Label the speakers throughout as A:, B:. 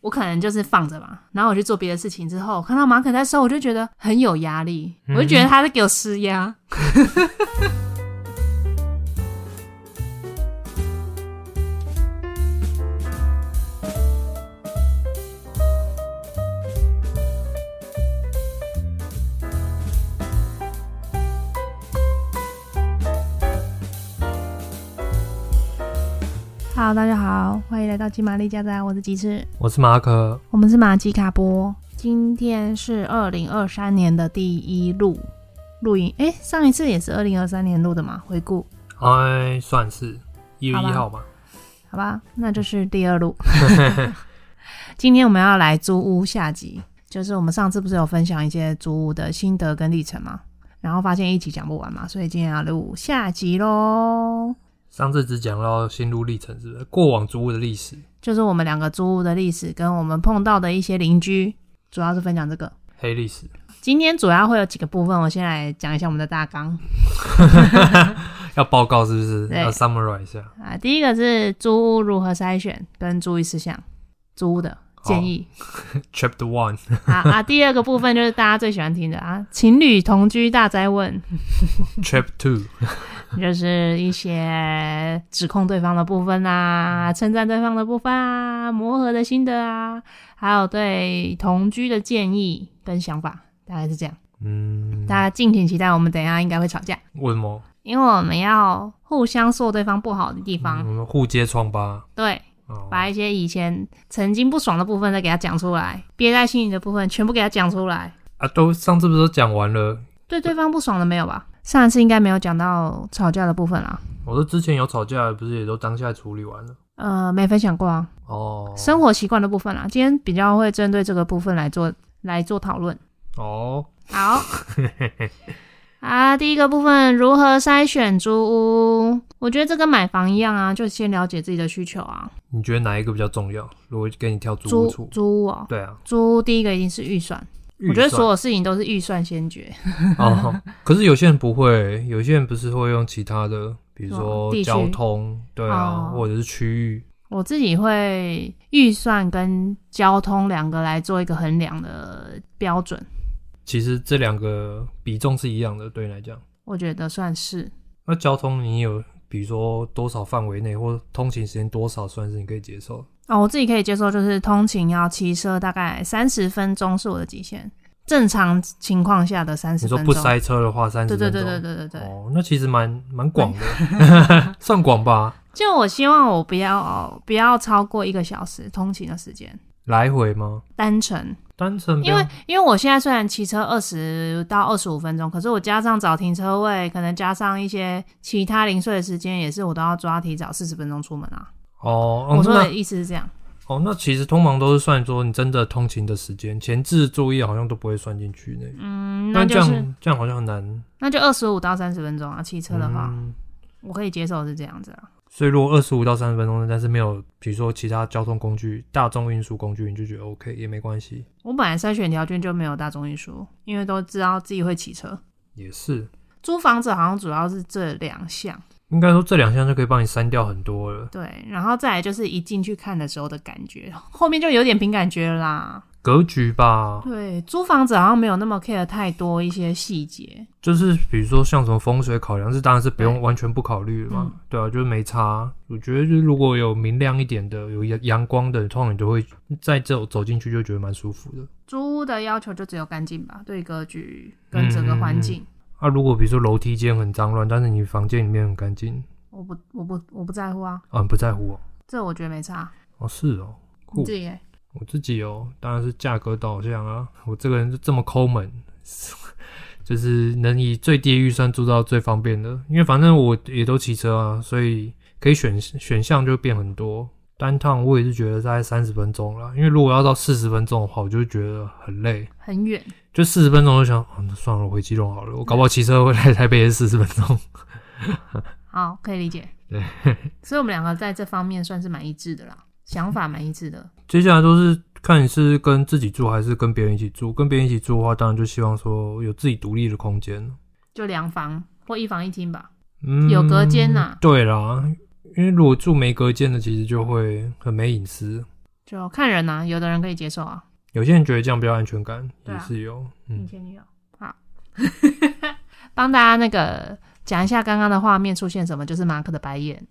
A: 我可能就是放着吧，然后我去做别的事情之后，看到马可在收，我就觉得很有压力，我就觉得他在给我施压。Hello，大家好，欢迎来到金玛丽家宅，我是鸡翅。
B: 我是马可，
A: 我们是马吉卡波，今天是二零二三年的第一录录音。诶，上一次也是二零二三年录的嘛，回顾
B: 哎，算是一月
A: 好吧
B: 一号吧。
A: 好吧，那就是第二录。今天我们要来租屋下集，就是我们上次不是有分享一些租屋的心得跟历程嘛，然后发现一集讲不完嘛，所以今天要录下集喽。
B: 上次只讲到心路历程，是不是？过往租屋的历史，
A: 就是我们两个租屋的历史，跟我们碰到的一些邻居，主要是分享这个。
B: 黑 历史，
A: 今天主要会有几个部分，我先来讲一下我们的大纲。
B: 要报告是不是？
A: 对
B: 要 summarize 一下。
A: 啊，第一个是租屋如何筛选跟注意事项，租屋的建议
B: Chapter One，
A: 啊啊。第二个部分就是大家最喜欢听的啊，情侣同居大灾问，
B: Chapter Two，
A: 就是一些指控对方的部分啊，称赞对方的部分啊，磨合的心得啊，还有对同居的建议跟想法，大概是这样。
B: 嗯，
A: 大家敬请期待，我们等一下应该会吵架，
B: 为什么？
A: 因为我们要互相说对方不好的地
B: 我
A: 方，
B: 们嗯互揭疮疤。
A: 对。
B: 哦，
A: 把一些以前曾经不爽的部分再给他讲出来，憋在心里的部分全部给他讲出来。
B: 啊，都上次不是都讲完了？
A: 对对方不爽的没有吧？上一次应该没有讲到吵架的部分啦，
B: 我说之前有吵架，不是也都当下处理完了？
A: 呃，没分享过啊，
B: 哦，
A: 生活习惯的部分啦，今天比较会针对这个部分来做来做讨论。
B: 哦，
A: 好，啊，第一个部分如何筛选租屋，我觉得这跟买房一样啊，就先了解自己的需求啊。
B: 你觉得哪一个比较重要？如果给你挑租
A: 租
B: 屋处，
A: 租屋哦，
B: 对啊，
A: 租屋第一个一定是预算，我觉得
B: 预算
A: 所有事情都是预算先决。
B: 哦，可是有些人不会，有些人不是会用其他的，比如
A: 哦
B: 说
A: 地区
B: 交通，对啊，
A: 哦
B: 或者是区域，
A: 我自己会预算跟交通两个来做一个衡量的标准，
B: 其实这两个比重是一样的，对你来讲。
A: 我觉得算是。
B: 那交通你有，比如说多少范围内，或通勤时间多少，算是你可以接受。
A: 哦，我自己可以接受，就是通勤要骑车大概三十分钟是我的极限，正常情况下的三
B: 你
A: 十
B: 说
A: 分
B: 不
A: 钟。
B: 塞车的话，三
A: 对
B: 十
A: 对
B: 分钟。
A: 对对对对对。
B: 哦，那其实蛮蛮广的， 算广吧，
A: 就我希望我不要、不要超过一个小时通勤的时间，
B: 来回吗？
A: 单程。
B: 单程不
A: 因
B: 要
A: 为因为我现在虽然骑车二十到二十五分钟，可是我加上找停车位，可能加上一些其他零碎的时间，也是我都要抓提早四十分钟出门啊。
B: 哦，哦
A: 我说
B: 那
A: 的意思是这样，
B: 哦，那其实通常都是算说你真的通勤的时间，前置作业好像都不会算进去呢。
A: 嗯，那
B: 但这
A: 就是
B: 样这样好像很难
A: 那就二十五到三十分钟啊，骑车的话，
B: 嗯
A: 我可以接受是这样子啊。
B: 所以如果二十五到三十分钟，但是没有比如说其他交通工具、大众运输工具，你就觉得 OK 也没关系。
A: 我本来筛选条件就没有大众运输，因为都知道自己会骑车。
B: 也是，
A: 租房子好像主要是这两项，
B: 应该说这两项就可以帮你删掉很多了。
A: 对，然后再来就是一进去看的时候的感觉，后面就有点凭感觉了啦。
B: 格局吧，
A: 对，租房子好像没有那么 care 太多一些细节。
B: 就是比如说像什么风水考量，这当然是不
A: 对
B: 用完全不考虑了嘛。
A: 嗯
B: 对啊，就是没差。我觉得就是如果有明亮一点的、有阳阳光的，通常你就会在这种走进去就觉得蛮舒服的。
A: 租屋的要求就只有干净吧，对格局跟整个环境，
B: 啊，如果比如说楼梯间很脏乱，但是你房间里面很干净，
A: 我不我不我不在乎啊，
B: 啊，你不在乎哦。
A: 这我觉得没差。
B: 哦，是哦，酷
A: 你自己嘞
B: 我自己哦，当然是价格导向啊。我这个人就这么抠门， 就是能以最低预算租到最方便的。因为反正我也都骑车啊，所以可以选选项就变很多。单趟我也是觉得大概三十分钟啦，因为如果要到四十分钟的话，我就会觉得很累。
A: 很远，
B: 就四十分钟，我就想、啊，那算了，我回基隆好了。我搞不好骑车回来台北也是四十分钟。
A: 好，可以理解。
B: 对，
A: 所以我们两个在这方面算是蛮一致的啦，想法蛮一致的。
B: 接下来都是看你是跟自己住还是跟别人一起住。跟别人一起住的话，当然就希望说有自己独立的空间。
A: 就两房或一房一厅吧。
B: 嗯
A: 有隔间呐
B: 对啦，因为如果住没隔间的，其实就会很没隐私。
A: 就看人呐、有的人可以接受啊，
B: 有些人觉得这样比较安全感，
A: 对啊
B: 也是有。
A: 你
B: 嗯，
A: 前女友哦好， 帮大家那个讲一下刚刚的画面出现什么，就是马克的白眼。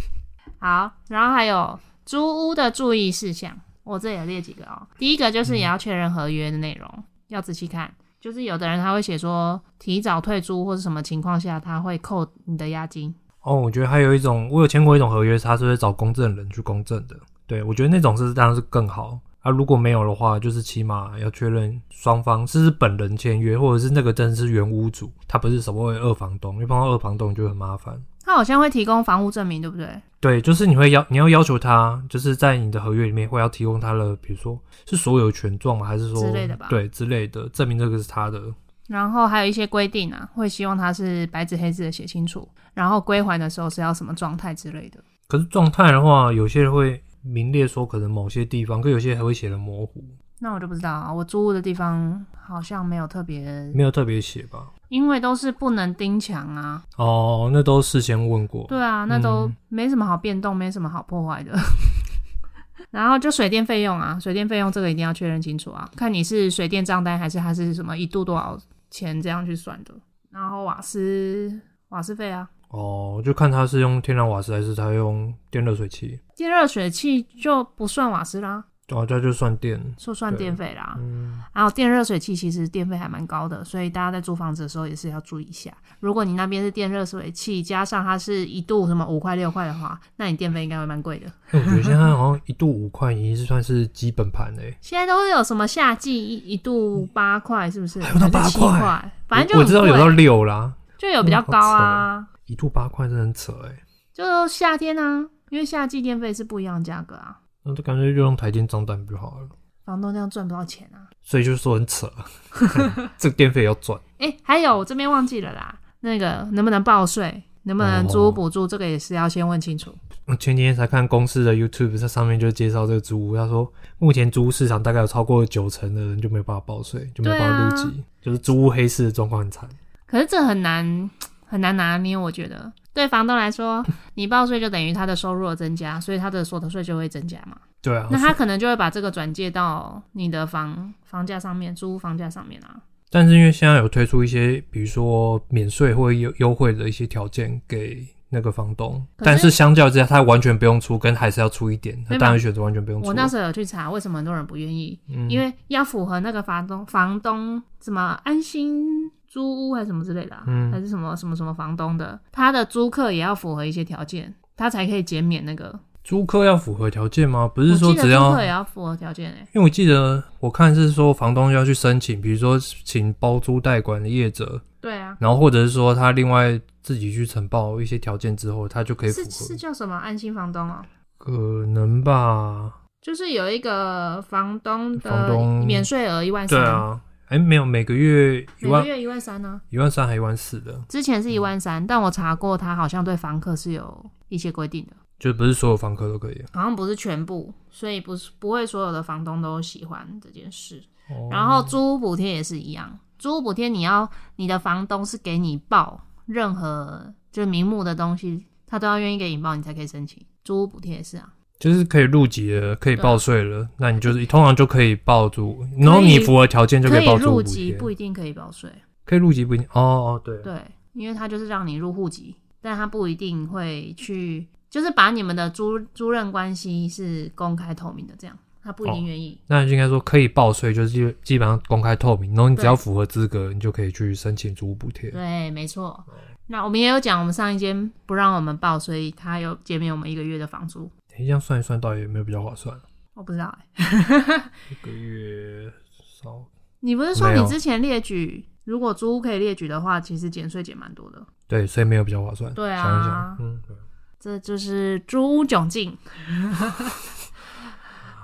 A: 好，然后还有租屋的注意事项，我这也列几个哦。第一个就是也要确认合约的内容，要仔细看。就是有的人他会写说提早退租或是什么情况下，他会扣你的押金。
B: 哦，我觉得还有一种，我有签过一种合约，他是会找公证人去公证的。对，我觉得那种是当然是更好。啊，如果没有的话，就是起码要确认双方是不是本人签约，或者是那个真的是原屋主，他不是什么二房东，因为碰到二房东你就会很麻烦。
A: 他好像会提供房屋证明，对不对？
B: 对，就是你会要你要要求他，就是在你的合约里面会要提供他的，比如说是所有权状吗？还是说
A: 之类的吧
B: 对，之类的，证明这个是他的。
A: 然后还有一些规定啊，会希望他是白纸黑字的写清楚，然后归还的时候是要什么状态之类的。
B: 可是状态的话，有些人会明列说可能某些地方，可有些还会写的模糊，
A: 那我就不知道啊，我租屋的地方好像没有特别，
B: 没有特别写吧。
A: 因为都是不能钉墙啊。
B: 哦，那都事先问过。
A: 对啊，那都
B: 嗯
A: 没什么好变动，没什么好破坏的。 然后就水电费用啊，水电费用这个一定要确认清楚啊，看你是水电账单还是它是什么一度多少钱这样去算的。然后瓦斯瓦斯费啊，
B: 哦，就看他是用天然瓦斯还是他用电热水器。
A: 电热水器就不算瓦斯啦，
B: 哦，这就算电。
A: 就算
B: 对
A: 电费啦。
B: 嗯，
A: 然后电热水器其实电费还蛮高的，所以大家在租房子的时候也是要注意一下。如果你那边是电热水器，加上它是一度什么五块六块的话，那你电费应该会蛮贵的。
B: 哎那我觉得现在好像一度五块已经是算是基本盘欸嘞、
A: 现在都有什么夏季一一度八块，是不是？
B: 还有到哎八
A: 还是七
B: 块
A: 块，反正
B: 我
A: 就
B: 我知道
A: 很
B: 有到
A: 贵，欸
B: 六啦，
A: 就有比较高啊。
B: 一度八块真的很扯哎、
A: 就夏天啊，因为夏季电费是不一样的价格啊，
B: 那就干脆就用台电账单就好了。
A: 房东这样赚不到钱啊。
B: 所以就是说很扯，啊 这个电费也要赚。
A: 哎、还有我这边忘记了啦，那个能不能报税，能不
B: 哦
A: 能租屋补助，这个也是要先问清楚。
B: 我前几天才看公司的 YouTube，它上面就介绍这个租屋，他说目前租屋市场大概有超过九成的人就没有办法报税，就没有办法
A: 啊
B: 入籍，就是租屋黑市的状况很惨。
A: 可是这很难很难拿捏，我觉得对房东来 说，你报税就等于他的收入的增加，所以他的所得税就会增加嘛。
B: 对啊
A: 那，他可能就会把这个转借到你的房房价上面，租屋房价上面啊。
B: 但是因为现在有推出一些，比如说免税或优优惠的一些条件给那个房东，
A: 可是
B: 但是相较之下，他完全不用出，跟还是要出一点，他
A: 没有
B: 当然选择完全不用出。
A: 我那时候有去查，为什么很多人不愿意？
B: 嗯
A: 因为要符合那个房东房东什么安心租屋还是什么之类的、啊，
B: 嗯
A: 还是什么什么什么房东的，他的租客也要符合一些条件，他才可以减免那个。
B: 租客要符合条件吗？不
A: 我
B: 是说
A: 记得租
B: 只要
A: 客也要符合条件诶、欸
B: 因为我记得我看是说房东要去申请，比如说请包租代管的业者，
A: 对啊，
B: 然后或者是说他另外自己去呈报一些条件之后，他就可以符
A: 是是
B: 合。
A: 叫什么安心房东哦、
B: 可能吧？
A: 就是有一个房东
B: 房
A: 的
B: 东
A: 免税额一万
B: 对
A: 三，
B: 啊，哎，没有，每个月一
A: 每个
B: 万
A: 月一万三呢、
B: 一万三还一万四的，
A: 之前是一万三，但我查过，他好像对房客是有一些规定的，
B: 就不是所有房客都可以。啊
A: 好像不是全部，所以不是不会所有的房东都喜欢这件事。
B: 哦
A: 然后租屋补贴也是一样，租屋补贴你要你的房东是给你报任何就是名目的东西，他都要愿意给你报，你才可以申请。租屋补贴也是啊，
B: 就是可以入籍了，可以
A: 对啊
B: 报税了，那你就是通常就可以报租，然后
A: 可以
B: 你符合条件就
A: 可
B: 以报租
A: 入
B: 补
A: 籍
B: 贴。
A: 不一定可以报税。
B: 可以入籍不一定哦哦对，
A: 对，因为他就是让你入户籍，但他不一定会去，就是把你们的租租赁关系是公开透明的，这样他不一
B: 哦
A: 定愿意。
B: 那就应该说可以报税，就是基基本上公开透明，然后你
A: 对
B: 只要符合资格，你就可以去申请租屋补贴。
A: 对，没错。那我们也有讲，我们上一间不让我们报，所以他有减免我们一个月的房租。
B: 诶这样算一算，到底有没有比较划算？啊
A: 我不知道、欸，
B: 一个月少
A: 你不是说
B: 没
A: 你
B: 有
A: 之前列举，如果租屋可以列举的话，其实减税减蛮多的。
B: 对，所以没有比较划算。
A: 对啊
B: 想一想，嗯，对
A: 这就是租屋窘境，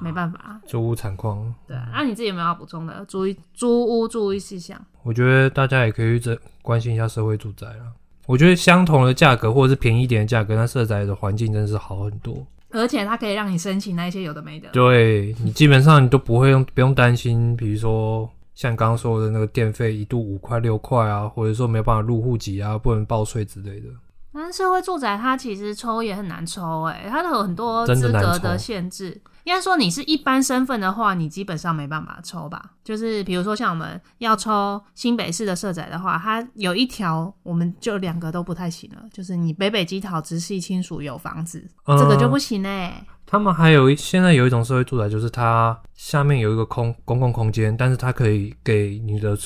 A: 没办法。啊
B: 租屋惨况，
A: 对啊，那你自己有没有要补充的？租租屋注意事项？
B: 我觉得大家也可以这关心一下社会住宅啦。我觉得相同的价格或者是便宜一点的价格，那社宅的环境真的是好很多。
A: 而且它可以让你申请那一些有的没的。
B: 对你基本上你都不会用不用担心，比如说像刚刚说的那个电费一度五块六块啊，或者说没有办法入户籍啊，不能报税之类的。
A: 但是社会住宅它其实抽也很难抽、欸，哎，它有很多
B: 嗯真的
A: 资
B: 难
A: 格
B: 抽
A: 的限制。应该说你是一般身份的话，你基本上没办法抽吧。就是比如说像我们要抽新北市的社宅的话，它有一条我们就两个都不太行了，就是你北北基桃直系亲属有房子，
B: 嗯
A: 这个就不行哎、
B: 他们还有一现在有一种社会住宅，就是它下面有一个空公共空间，但是它可以给你的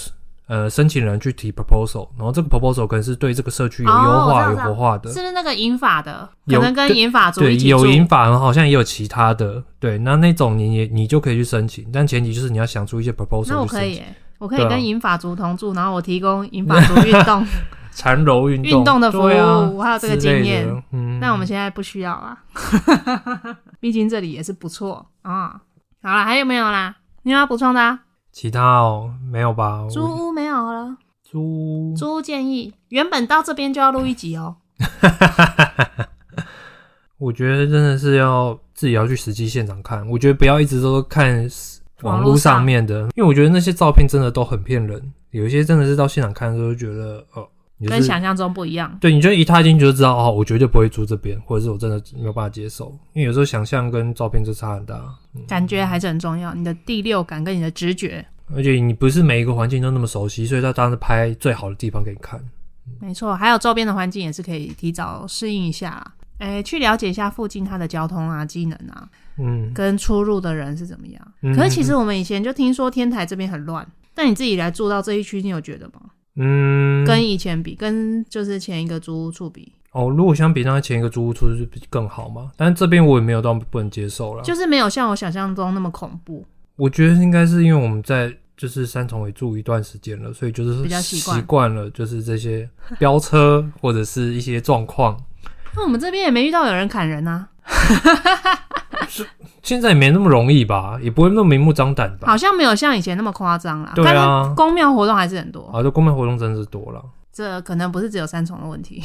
B: 呃申请人去提 proposal，然后这个 proposal 可能是对这个社区有优
A: 哦我知
B: 化、
A: 道
B: 有活化的
A: 是，不是那个银法的？可
B: 有
A: 能跟
B: 对
A: 银法族
B: 对
A: 一，起住。
B: 有银法好像也有其他的，对，那那种你也你就可以去申请，但前提就是你要想出一些 proposal
A: 那我
B: 去
A: 可
B: 申
A: 以、
B: 请。
A: 欸，我可以
B: 对啊
A: 跟银法族同住，然后我提供银 法族运动
B: 缠柔运动
A: 运动的服务
B: 对啊
A: 我还有这个
B: 之类
A: 经验
B: 的嗯，
A: 但我们现在不需要啊， 毕竟这里也是不错啊、好了，还有没有啦？你有要补充的、啊？
B: 其他哦没有吧？我
A: 租屋没有了，
B: 租
A: 租屋建议原本到这边就要录一集哦。
B: 我觉得真的是要自己要去实际现场看，我觉得不要一直都看网络上面的，因为我觉得那些照片真的都很骗人，有一些真的是到现场看的时候就觉得，哦，你就
A: 跟
B: 是
A: 想象中不一样。
B: 对，你就一踏进去就知道，哦，我绝对不会住这边，或者是我真的没有办法接受，因为有时候想象跟照片就差很大，
A: 感觉还是很重要，你的第六感跟你的直觉，
B: 而且你不是每一个环境都那么熟悉，所以他当时拍最好的地方给你看。
A: 没错，还有周边的环境也是可以提早适应一下啦，诶，去了解一下附近它的交通啊、机能啊，
B: 嗯，
A: 跟出入的人是怎么样。
B: 嗯
A: 可是其实我们以前就听说天台这边很乱，但你自己来住到这一区，你有觉得吗？
B: 嗯，
A: 跟以前比，跟就是前一个租屋处比，
B: 哦，如果相比那前一个租屋处是更好嘛，但是这边我也没有到不能接受啦。
A: 就是没有像我想象中那么恐怖。
B: 我觉得应该是因为我们在就是三重也住一段时间了，所以就是
A: 比较习惯
B: 习惯了，就是这些飙车或者是一些状况，
A: 那我们这边也没遇到有人砍人啊，
B: 现在也没那么容易吧，也不会那么明目张胆吧。
A: 好像没有像以前那么夸张啦。
B: 对啊
A: 但是公庙活动还是很多，
B: 啊，这公庙活动真是多了
A: 这可能不是只有三重的问 题，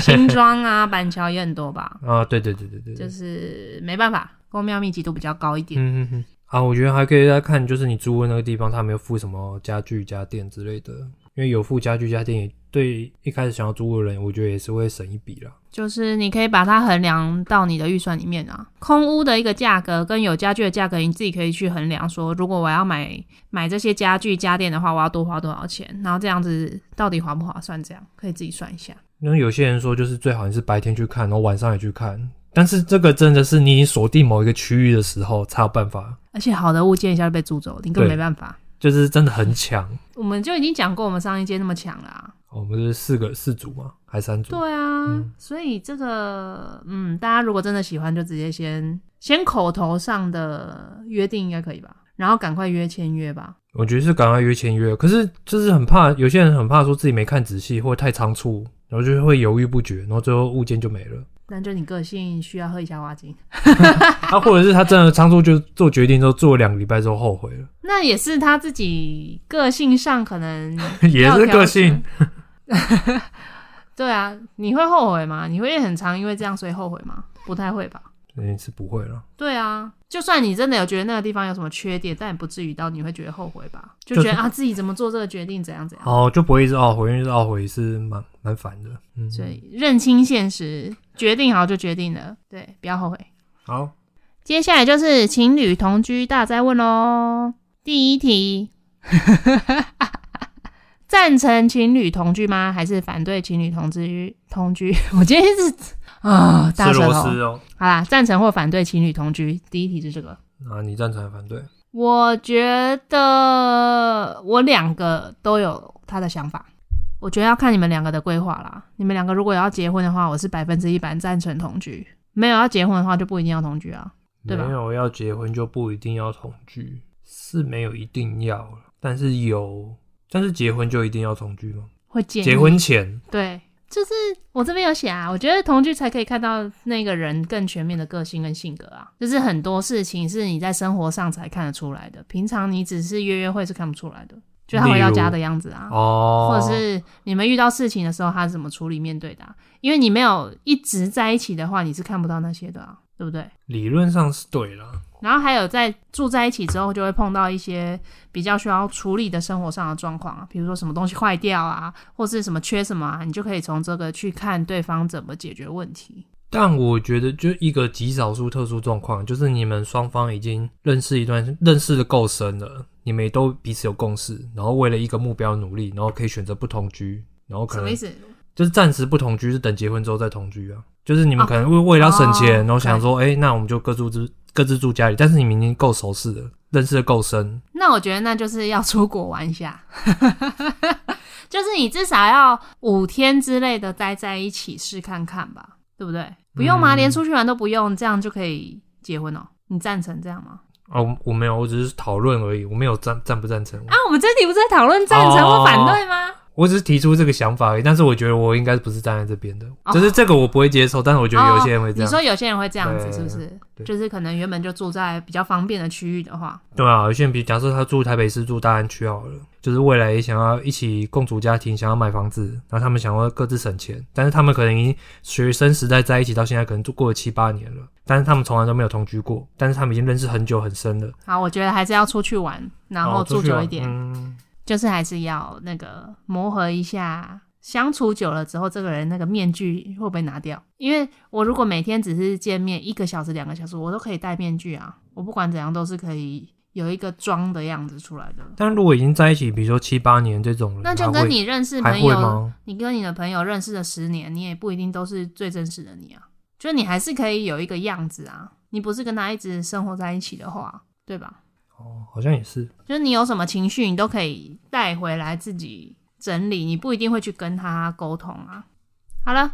A: 新庄啊、板桥也很多吧，
B: 啊！对对对对对，
A: 就
B: 对
A: 是没办法，公庙密集度比较高一点。
B: 嗯嗯嗯。啊，我觉得还可以再看，就是你租的那个地方，他有没有附什么家具、家电之类的，因为有附家具、家电，也对一开始想要租的人，我觉得也是会省一笔啦。
A: 就是你可以把它衡量到你的预算里面啊。空屋的一个价格跟有家具的价格，你自己可以去衡量说，如果我要买买这些家具家电的话，我要多花多少钱？然后这样子到底划不划算？这样可以自己算一下。
B: 那有些人说，就是最好你是白天去看，然后晚上也去看。但是这个真的是你已经锁定某一个区域的时候才有办法，
A: 而且好的物件一下就被租走，你根本没
B: 对
A: 办法。
B: 就是真的很抢。
A: 我们就已经讲过，我们上一间那么强了、啊。
B: 哦我们是四个四组嘛，还三组？
A: 对啊，所以这个嗯，大家如果真的喜欢，就直接先先口头上的约定应该可以吧，然后赶快约签约吧。
B: 我觉得是赶快约签约，可是就是很怕有些人很怕说自己没看仔细或太仓促，然后就会犹豫不决，然后最后物件就没了。
A: 那就你个性需要喝一下花精，
B: 啊，或者是他真的仓促就做决定之后，做了两个礼拜之后后悔了，
A: 那也是他自己个性上可能
B: 也
A: 要
B: 是
A: 调
B: 个性。
A: 整。 对啊，你会后悔吗？你会很常因为这样所以后悔吗？不太会吧。
B: 嗯，是不会了。
A: 对啊，就算你真的有觉得那个地方有什么缺点，但也不至于到你会觉得后悔吧？就
B: 就
A: 觉得
B: 是
A: 啊自己怎么做这个决定怎样怎样，
B: 哦，就哦不会一直懊悔，因为一直懊悔是蛮蛮烦的。嗯，
A: 所以认清现实，决定好就决定了，对，不要后悔。
B: 好，
A: 接下来就是情侣同居大灾问喽。第一题， 赞成情侣同居吗？还是反对情侣同居？同居？ 我今天是啊、大
B: 吃
A: 舌
B: 螺
A: 头。
B: 丝哦。
A: 好啦，赞成或反对情侣同居。第一题是这个，
B: 啊，你赞成还反对？
A: 我觉得我两个都有他的想法。我觉得要看你们两个的规划啦。你们两个如果要结婚的话，我是百分之一百赞成同居；没有要结婚的话，就不一定要同居啊。对吧
B: 没有要结婚就不一定要同居，是没有一定要了，但是有，但是结婚就一定要同居吗？
A: 会建议
B: 结婚前
A: 对，就是我这边有写啊，我觉得同居才可以看到那个人更全面的个性跟性格啊，就是很多事情是你在生活上才看得出来的，平常你只是约约会是看不出来的，就他回到家的样子啊。
B: 哦，
A: 或者是你们遇到事情的时候，他是怎么处理面对的啊、因为你没有一直在一起的话，你是看不到那些的啊，对不对？
B: 理论上是对啦，
A: 然后还有在住在一起之后，就会碰到一些比较需要处理的生活上的状况啊，比如说什么东西坏掉啊，或是什么缺什么啊，你就可以从这个去看对方怎么解决问题。
B: 但我觉得，就一个极少数特殊状况，就是你们双方已经认识一段，认识的够深了，你们也都彼此有共识，然后为了一个目标努力，然后可以选择不同居，然后可
A: 什么
B: 能
A: 意思？
B: 就是暂时不同居，是等结婚之后再同居啊。就是你们可能为为了要省钱，
A: 哦
B: 然后想说，哎、那我们就各住自各自住家里，但是你们已经够熟识了，认识的够深，
A: 那我觉得那就是要出国玩一下， 就是你至少要五天之类的待在一起试看看吧，对不对？不用吗？
B: 嗯
A: 连出去玩都不用，这样就可以结婚哦？你赞成这样吗？
B: 哦，我我没有，我只是讨论而已，我没有赞赞不赞成，
A: 啊，我们这题不是在讨论赞成或反
B: 哦
A: 对吗？
B: 我只是提出这个想法而已。但是我觉得我应该不是站在这边的，
A: 哦
B: 就是这个我不会接受，但是我觉得有些人会这
A: 你
B: 样，
A: 说有些人会这样子，
B: 对
A: 是不是？
B: 对
A: 就是可能原本就住在比较方便的区域的话，
B: 对啊，有些人比假设他住台北市，住大安区好了，就是未来也想要一起共组家庭，想要买房子，然后他们想要各自省钱，但是他们可能已经学生时代在一起到现在，可能住过了七八年了，但是他们从来都没有同居过，但是他们已经认识很久很深了，
A: 好，我觉得还是要出去玩，然后
B: 哦
A: 住久一点，
B: 出去玩嗯，
A: 就是还是要那个磨合一下。相处久了之后，这个人那个面具会不会拿掉？因为我如果每天只是见面一个小时、两个小时，我都可以戴面具啊，我不管怎样都是可以有一个装的样子出来的。
B: 但如果已经在一起，比如说七八年这种人，
A: 那就
B: 还
A: 跟
B: 啊会
A: 你认识
B: 还
A: 朋
B: 会
A: 友
B: 吗？
A: 你跟你的朋友认识了十年，你也不一定都是最真实的你啊，就你还是可以有一个样子啊。你不是跟他一直生活在一起的话，对吧？
B: 哦，好像也 是，
A: 就是你有什么情绪，你都可以带回来自己整理，你不一定会去跟他沟通啊。好了，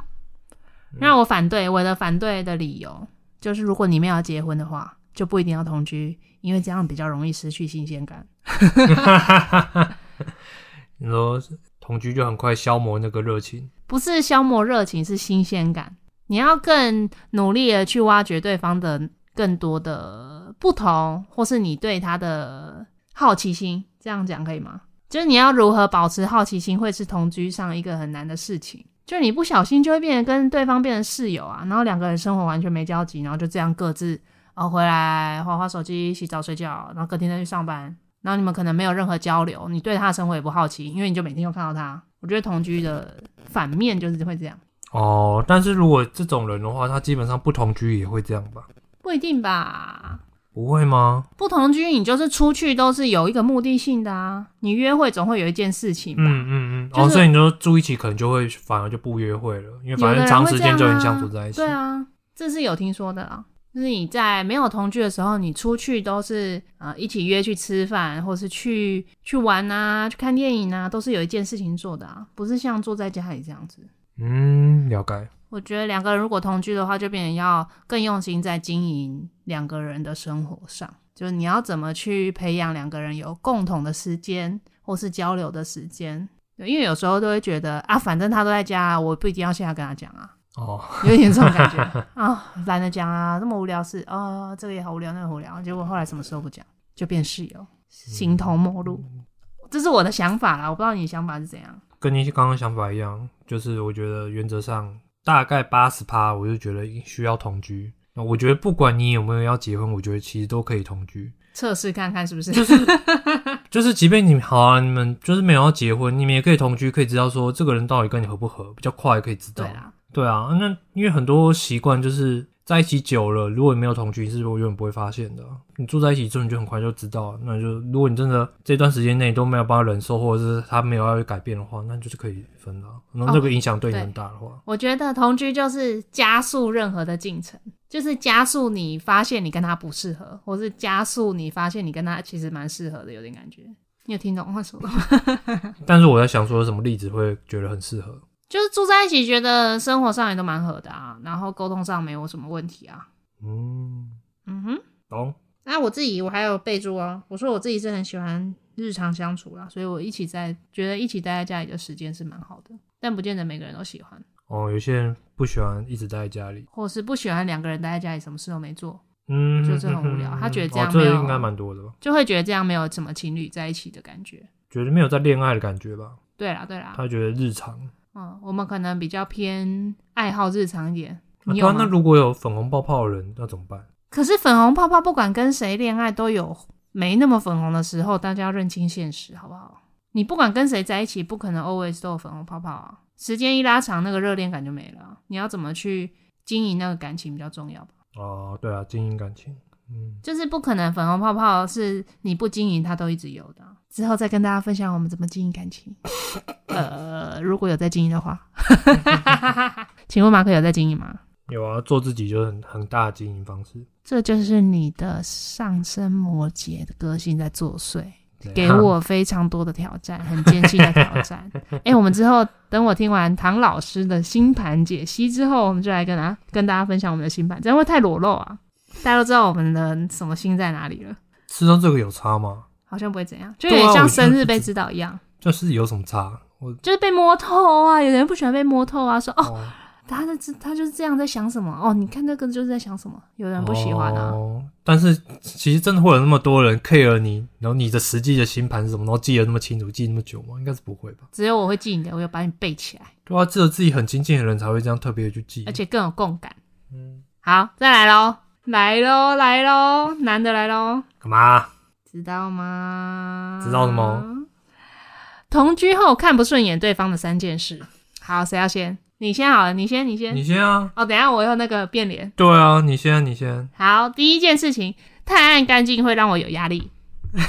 A: 那我反对我的反对的理由就是，如果你们要结婚的话，就不一定要同居，因为这样比较容易失去新鲜感。
B: 你说同居就很快消磨那个热情，
A: 不是消磨热情，是新鲜感。你要更努力的去挖掘对方的更多的不同，或是你对他的好奇心，这样讲可以吗？就是你要如何保持好奇心，会是同居上一个很难的事情。就是你不小心就会变得跟对方变成室友啊，然后两个人生活完全没交集，然后就这样各自哦回来划划手机、洗澡、睡觉，然后隔天再去上班，然后你们可能没有任何交流，你对他的生活也不好奇，因为你就每天都看到他。我觉得同居的反面就是会这样，
B: 哦，但是如果这种人的话，他基本上不同居也会这样吧？
A: 不一定吧？
B: 不会吗？
A: 不同居，你就是出去都是有一个目的性的啊。你约会总会有一件事情吧？
B: 嗯嗯嗯。
A: 就是
B: 哦，所以你说住一起可能就会反而就不约会了，因为
A: 有
B: 反
A: 的
B: 正
A: 人
B: 长
A: 会
B: 时
A: 这
B: 间
A: 样
B: 就很
A: 啊
B: 相处在一起。
A: 对啊，这是有听说的啊。就是你在没有同居的时候，你出去都是呃一起约去吃饭，或是去去玩啊，去看电影啊，都是有一件事情做的啊，不是像坐在家里这样子。
B: 嗯，了解。
A: 我觉得两个人如果同居的话，就变成要更用心在经营两个人的生活上，就是你要怎么去培养两个人有共同的时间或是交流的时间。对因为有时候都会觉得啊，反正他都在家，我不一定要现在跟他讲啊，
B: 哦，
A: 有点这种感觉啊，懒得讲啊，这么无聊事哦，这个也好无聊，那个好无聊，结果后来什么时候不讲，就变室友，形同陌路。这是我的想法啦，我不知道你的想法是怎样。
B: 跟你刚刚想法一样，就是我觉得原则上大概八十趴，我就觉得需要同居。那我觉得不管你有没有要结婚，我觉得其实都可以同居。
A: 测试看看是不是？
B: 就是即便你好啊，你们就是没有要结婚，你们也可以同居，可以知道说这个人到底跟你合不合，比较快可以知道
A: 对。啦，
B: 对啊，那因为很多习惯就是在一起久了，如果你没有同居，是永远不会发现的啊、你住在一起之后，你就很快就知道了。那就如果你真的这段时间内都没有办法忍受，或者是他没有要改变的话，那就是可以分了啊。然后这个影响对你
A: 对
B: 很大的话，
A: 我觉得同居就是加速任何的进程，就是加速你发现你跟他不适合，或是加速你发现你跟他其实蛮适合的，有点感觉。你有听懂我说的吗？
B: 但是我在想说，有什么例子会觉得很适合？
A: 就是住在一起，觉得生活上也都蛮合的啊，然后沟通上没有什么问题啊。
B: 嗯，
A: 嗯哼，
B: 懂。
A: 那啊我自己我还有备注哦，我说我自己是很喜欢日常相处啦，所以我一起在觉得一起待在家里的时间是蛮好的，但不见得每个人都喜欢，
B: 哦，有些人不喜欢一直待在家里，
A: 或是不喜欢两个人待在家里什么事都没做。
B: 嗯，
A: 就是很无聊他觉得这样
B: 哦、
A: 没
B: 这
A: 有
B: 应该蛮多的吧？
A: 就会觉得这样没有什么情侣在一起的感觉。
B: 觉得没有在恋爱的感觉吧？
A: 对啦，对啦，
B: 他觉得日常。
A: 嗯，我们可能比较偏爱好日常一点。
B: 啊
A: 你
B: 对
A: 有
B: 啊，那
A: 吗？
B: 如果有粉红泡泡的人，那怎么办？
A: 可是粉红泡泡不管跟谁恋爱都有没那么粉红的时候，大家要认清现实，好不好？你不管跟谁在一起，不可能 always 都有粉红泡泡啊。时间一拉长，那个热恋感就没了啊。你要怎么去经营那个感情比较重要吧？
B: 哦，对啊，经营感情，嗯，
A: 就是不可能粉红泡泡是你不经营它都一直有的啊。之后再跟大家分享我们怎么经营感情。呃，如果有在经营的 话， 请问马克有在经营吗？
B: 有啊，做自己就是很很大的经营方式。
A: 这就是你的上升摩羯的个性在作祟，
B: 对
A: 给
B: 啊
A: 我非常多的挑战，很艰辛的挑战。 哎、我们之后等我听完唐老师的星盘解析之后，我们就来跟大跟大家分享我们的星盘，这样会不会太裸露啊！大家都知道我们的什么星在哪里了，
B: 吃到这个有差吗？
A: 好像不会怎样，就
B: 对
A: 有
B: 啊
A: 点像
B: 我觉得
A: 生日
B: 不
A: 被
B: 知
A: 知道一样，
B: 就是有什么差？我
A: 就是被摸透啊。有人不喜欢被摸透啊，说哦，
B: 哦，
A: 他的他就是这样在想什么哦，你看那个就是在想什么，有人不喜欢啊。
B: 哦。但是其实真的会有那么多人 care 你，然后你的实际的星盘是什么，然后记得那么清楚，记那么久吗？应该是不会吧？
A: 只有我会记你的，我就把你背起来，
B: 对啊，只有自己很亲近的人才会这样特别地去记
A: 而。且更有共感。
B: 嗯，
A: 好，再来喽，来喽，来喽，男的来喽，
B: 干嘛？啊
A: 知道吗？
B: 知道了吗？
A: 同居后看不顺眼对方的三件事。好，谁要先？你先好了，你先，你先。
B: 你先啊。
A: 哦，等一下我有那个变脸。
B: 对啊，你先，你先。
A: 好，第一件事情，太暗干净会让我有压力，
B: 嗯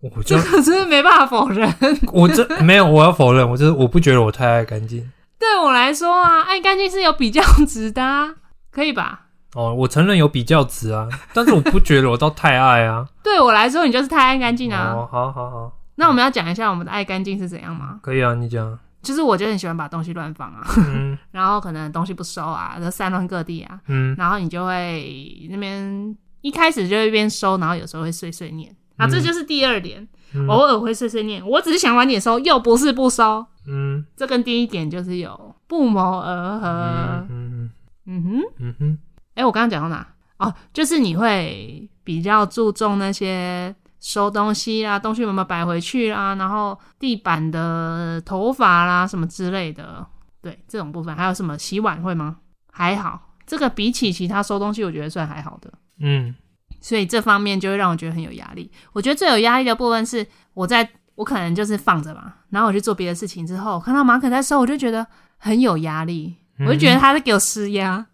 B: 我
A: 这
B: 就
A: 个真的没办法否认。
B: 我这没有，我要否认，我就是我不觉得我太爱干净。
A: 对我来说啊，爱干净是有比较值的、啊，可以吧？
B: 哦，我承认有比较值啊，但是我不觉得我到太爱啊。
A: 对我来说，你就是太爱干净啊。
B: 哦，好好好，
A: 那我们要讲一下我们的爱干净是怎样吗？
B: 可以啊，你讲。
A: 就是我就很喜欢把东西乱放啊，
B: 嗯
A: 然后可能东西不收啊，就散乱各地啊，
B: 嗯，
A: 然后你就会那边一开始就会一边收，然后有时候会碎碎念啊，
B: 嗯
A: 这就是第二点，
B: 嗯
A: 偶尔会碎碎念。我只是想晚点收，又不是不收，
B: 嗯
A: 这跟第一点就是有不谋而合
B: 嗯。嗯
A: 嗯哼，
B: 嗯哼，
A: 哎、我刚刚讲到哪？哦，就是你会比较注重那些收东西啦，东西有没有摆回去啦，然后地板的头发啦什么之类的，对这种部分，还有什么洗碗会吗？还好，这个比起其他收东西，我觉得算还好的，
B: 嗯
A: 所以这方面就会让我觉得很有压力。我觉得最有压力的部分是我在。我可能就是放着吧，然后我去做别的事情之后，我看到马可在收，我就觉得很有压力，
B: 嗯
A: 我就觉得他在给我施压。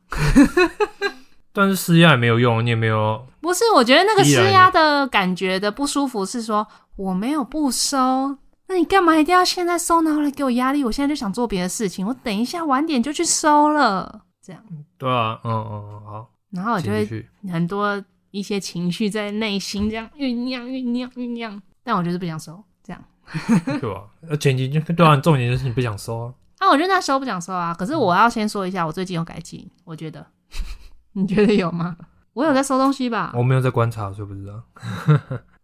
B: 但是施压也没有用，你也没有。
A: 不是，我觉得那个
B: 依然
A: 施压的感觉的不舒服是说我没有不收，那你干嘛一定要现在收呢？然后来给我压力？我现在就想做别的事情，我等一下晚点就去收了，这样，
B: 对啊，嗯嗯嗯，好，
A: 然后我就
B: 继
A: 会
B: 续。
A: 很多一些情绪在内心这样酝酿、酝酿、酝酿，但我就是不想收，这样。
B: 对吧？呃，前提就对啊，重点就是你不想收啊。
A: 啊，我就那时候不想收啊，可是我要先说一下，我最近有改进，我觉得， 你觉得有吗？我有在收东西吧？
B: 我没有在观察，所以不知道。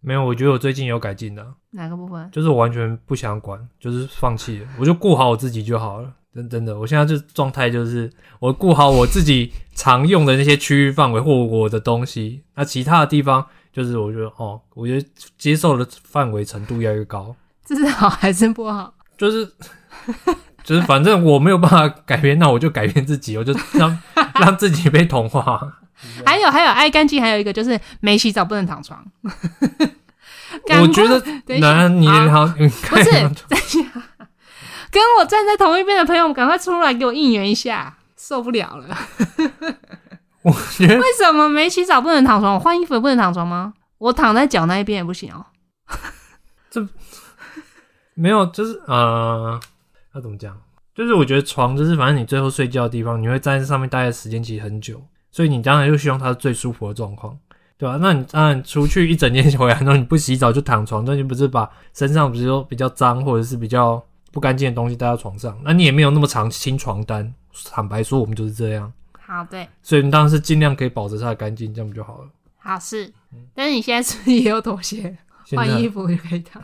B: 没有，我觉得我最近有改进的啊，
A: 哪个部分？
B: 就是我完全不想管，就是放弃了，我就顾好我自己就好了。真真的，我现在这状态就是我顾好我自己常用的那些区域范围或我的东西，那其他的地方就是我觉得哦，我觉得接受的范围程度越来越高。
A: 这是好还是不好？
B: 就是 就是，反正我没有办法改变，那我就改变自己，我就让让自己被 同化。
A: 还有还有爱干净，还有一个就是没洗澡不能躺床。
B: 我觉得
A: 等一下
B: 男你
A: 好
B: 好，你
A: 不
B: 看
A: 是， 等一下，跟我站在同一边的朋友，赶快出来给我应援一下，受不了了。
B: 我觉得
A: 为什么没洗澡不能躺床？我换衣服也不能躺床吗？我躺在脚那一边也不行哦。
B: 没有，就是呃，要怎么讲？就是我觉得床就是反正你最后睡觉的地方，你会在上面待的时间其实很久，所以你当然就希望它是最舒服的状况，对吧、那你当然出去一整天回来，然后你不洗澡就躺床，那你不是把身上比如说比较脏或者是比较不干净的东西带到床上？那你也没有那么长清床单。坦白说，我们就是这样，
A: 好，对，
B: 所以你当然是尽量可以保持它的干净，这样不就好了？
A: 好是。但是你现在是不是也有妥协？
B: 嗯现在
A: 换衣服就可以躺，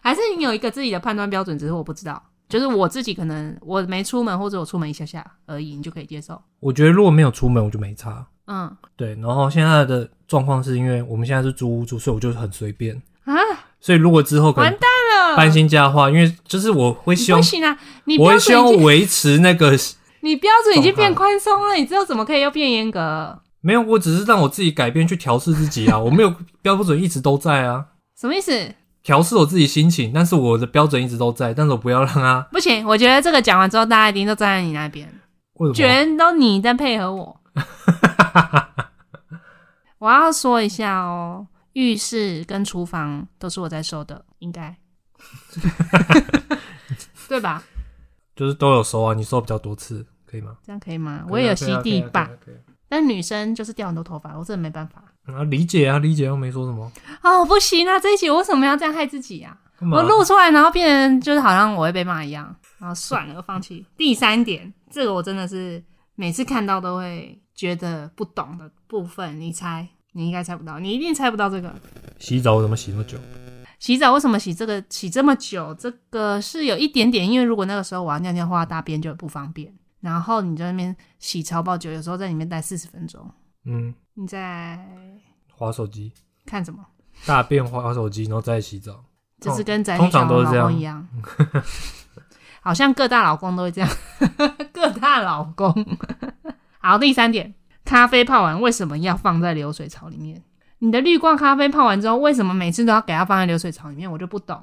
A: 还是你有一个自己的判断标准？只是我不知道，就是我自己可能我没出门，或者我出门一下下而已，你就可以接受。
B: 我觉得如果没有出门，我就没差。
A: 嗯
B: 对，然后现在的状况是因为我们现在是租屋住，所以我就很随便。
A: 啊，
B: 所以如果之后可
A: 完
B: 能
A: 蛋了，
B: 搬新家的话，因为就是我会希
A: 不
B: 望，
A: 行啊，你
B: 我
A: 标
B: 会希
A: 准已
B: 望
A: 经
B: 维持那个
A: 你标准已经变宽松了，你知道怎么可以又变严格？
B: 没有，我只是让我自己改变去调试自己啊，我没有标准一直都在啊，
A: 什么意思？
B: 调试我自己心情，但是我的标准一直都在，但是我不要让它
A: 不行，我觉得这个讲完之后，大家一定都站在你那边，
B: 为什么
A: 全都你在配合 我。我要说一下哦，浴室跟厨房都是我在收的，应 该，对吧？
B: 就是都有收啊，你收比较多次，可以吗？啊
A: 这样可以吗？我也有吸地板，但女生就是掉很多头发，我真的没办法。
B: 然后理啊解啊，理解又没说什么，
A: 哦，不行啊，这一集我为什么要这样害自己啊？
B: 干嘛
A: 我录出来，然后变成就是好像我会被骂一样，然后算了，我放弃。第三点，这个我真的是每次看到都会觉得不懂的部分，你猜，你应该猜不到，你一定猜不到这个。
B: 洗澡我怎么洗那么久？
A: 洗澡为什么洗这个洗这么久？这个是有一点点，因为如果那个时候我要尿尿或要大便就不方便，然后你在那边洗超爆久，有时候在里面待四十分钟，
B: 嗯，
A: 你在
B: 划手机，
A: 看什么？
B: 大便划手机，然后再洗澡。
A: 就是
B: 通
A: 跟宅
B: 哦通
A: 女
B: 常
A: 小
B: 都
A: 我
B: 是
A: 老
B: 这
A: 公
B: 样
A: 一 样，好像各大老公都会这样， 各大老公。 好，第三点，咖啡泡完为什么要放在流水槽里面？你的绿罐咖啡泡完之后，为什么每次都要给它放在流水槽里面？我就不懂。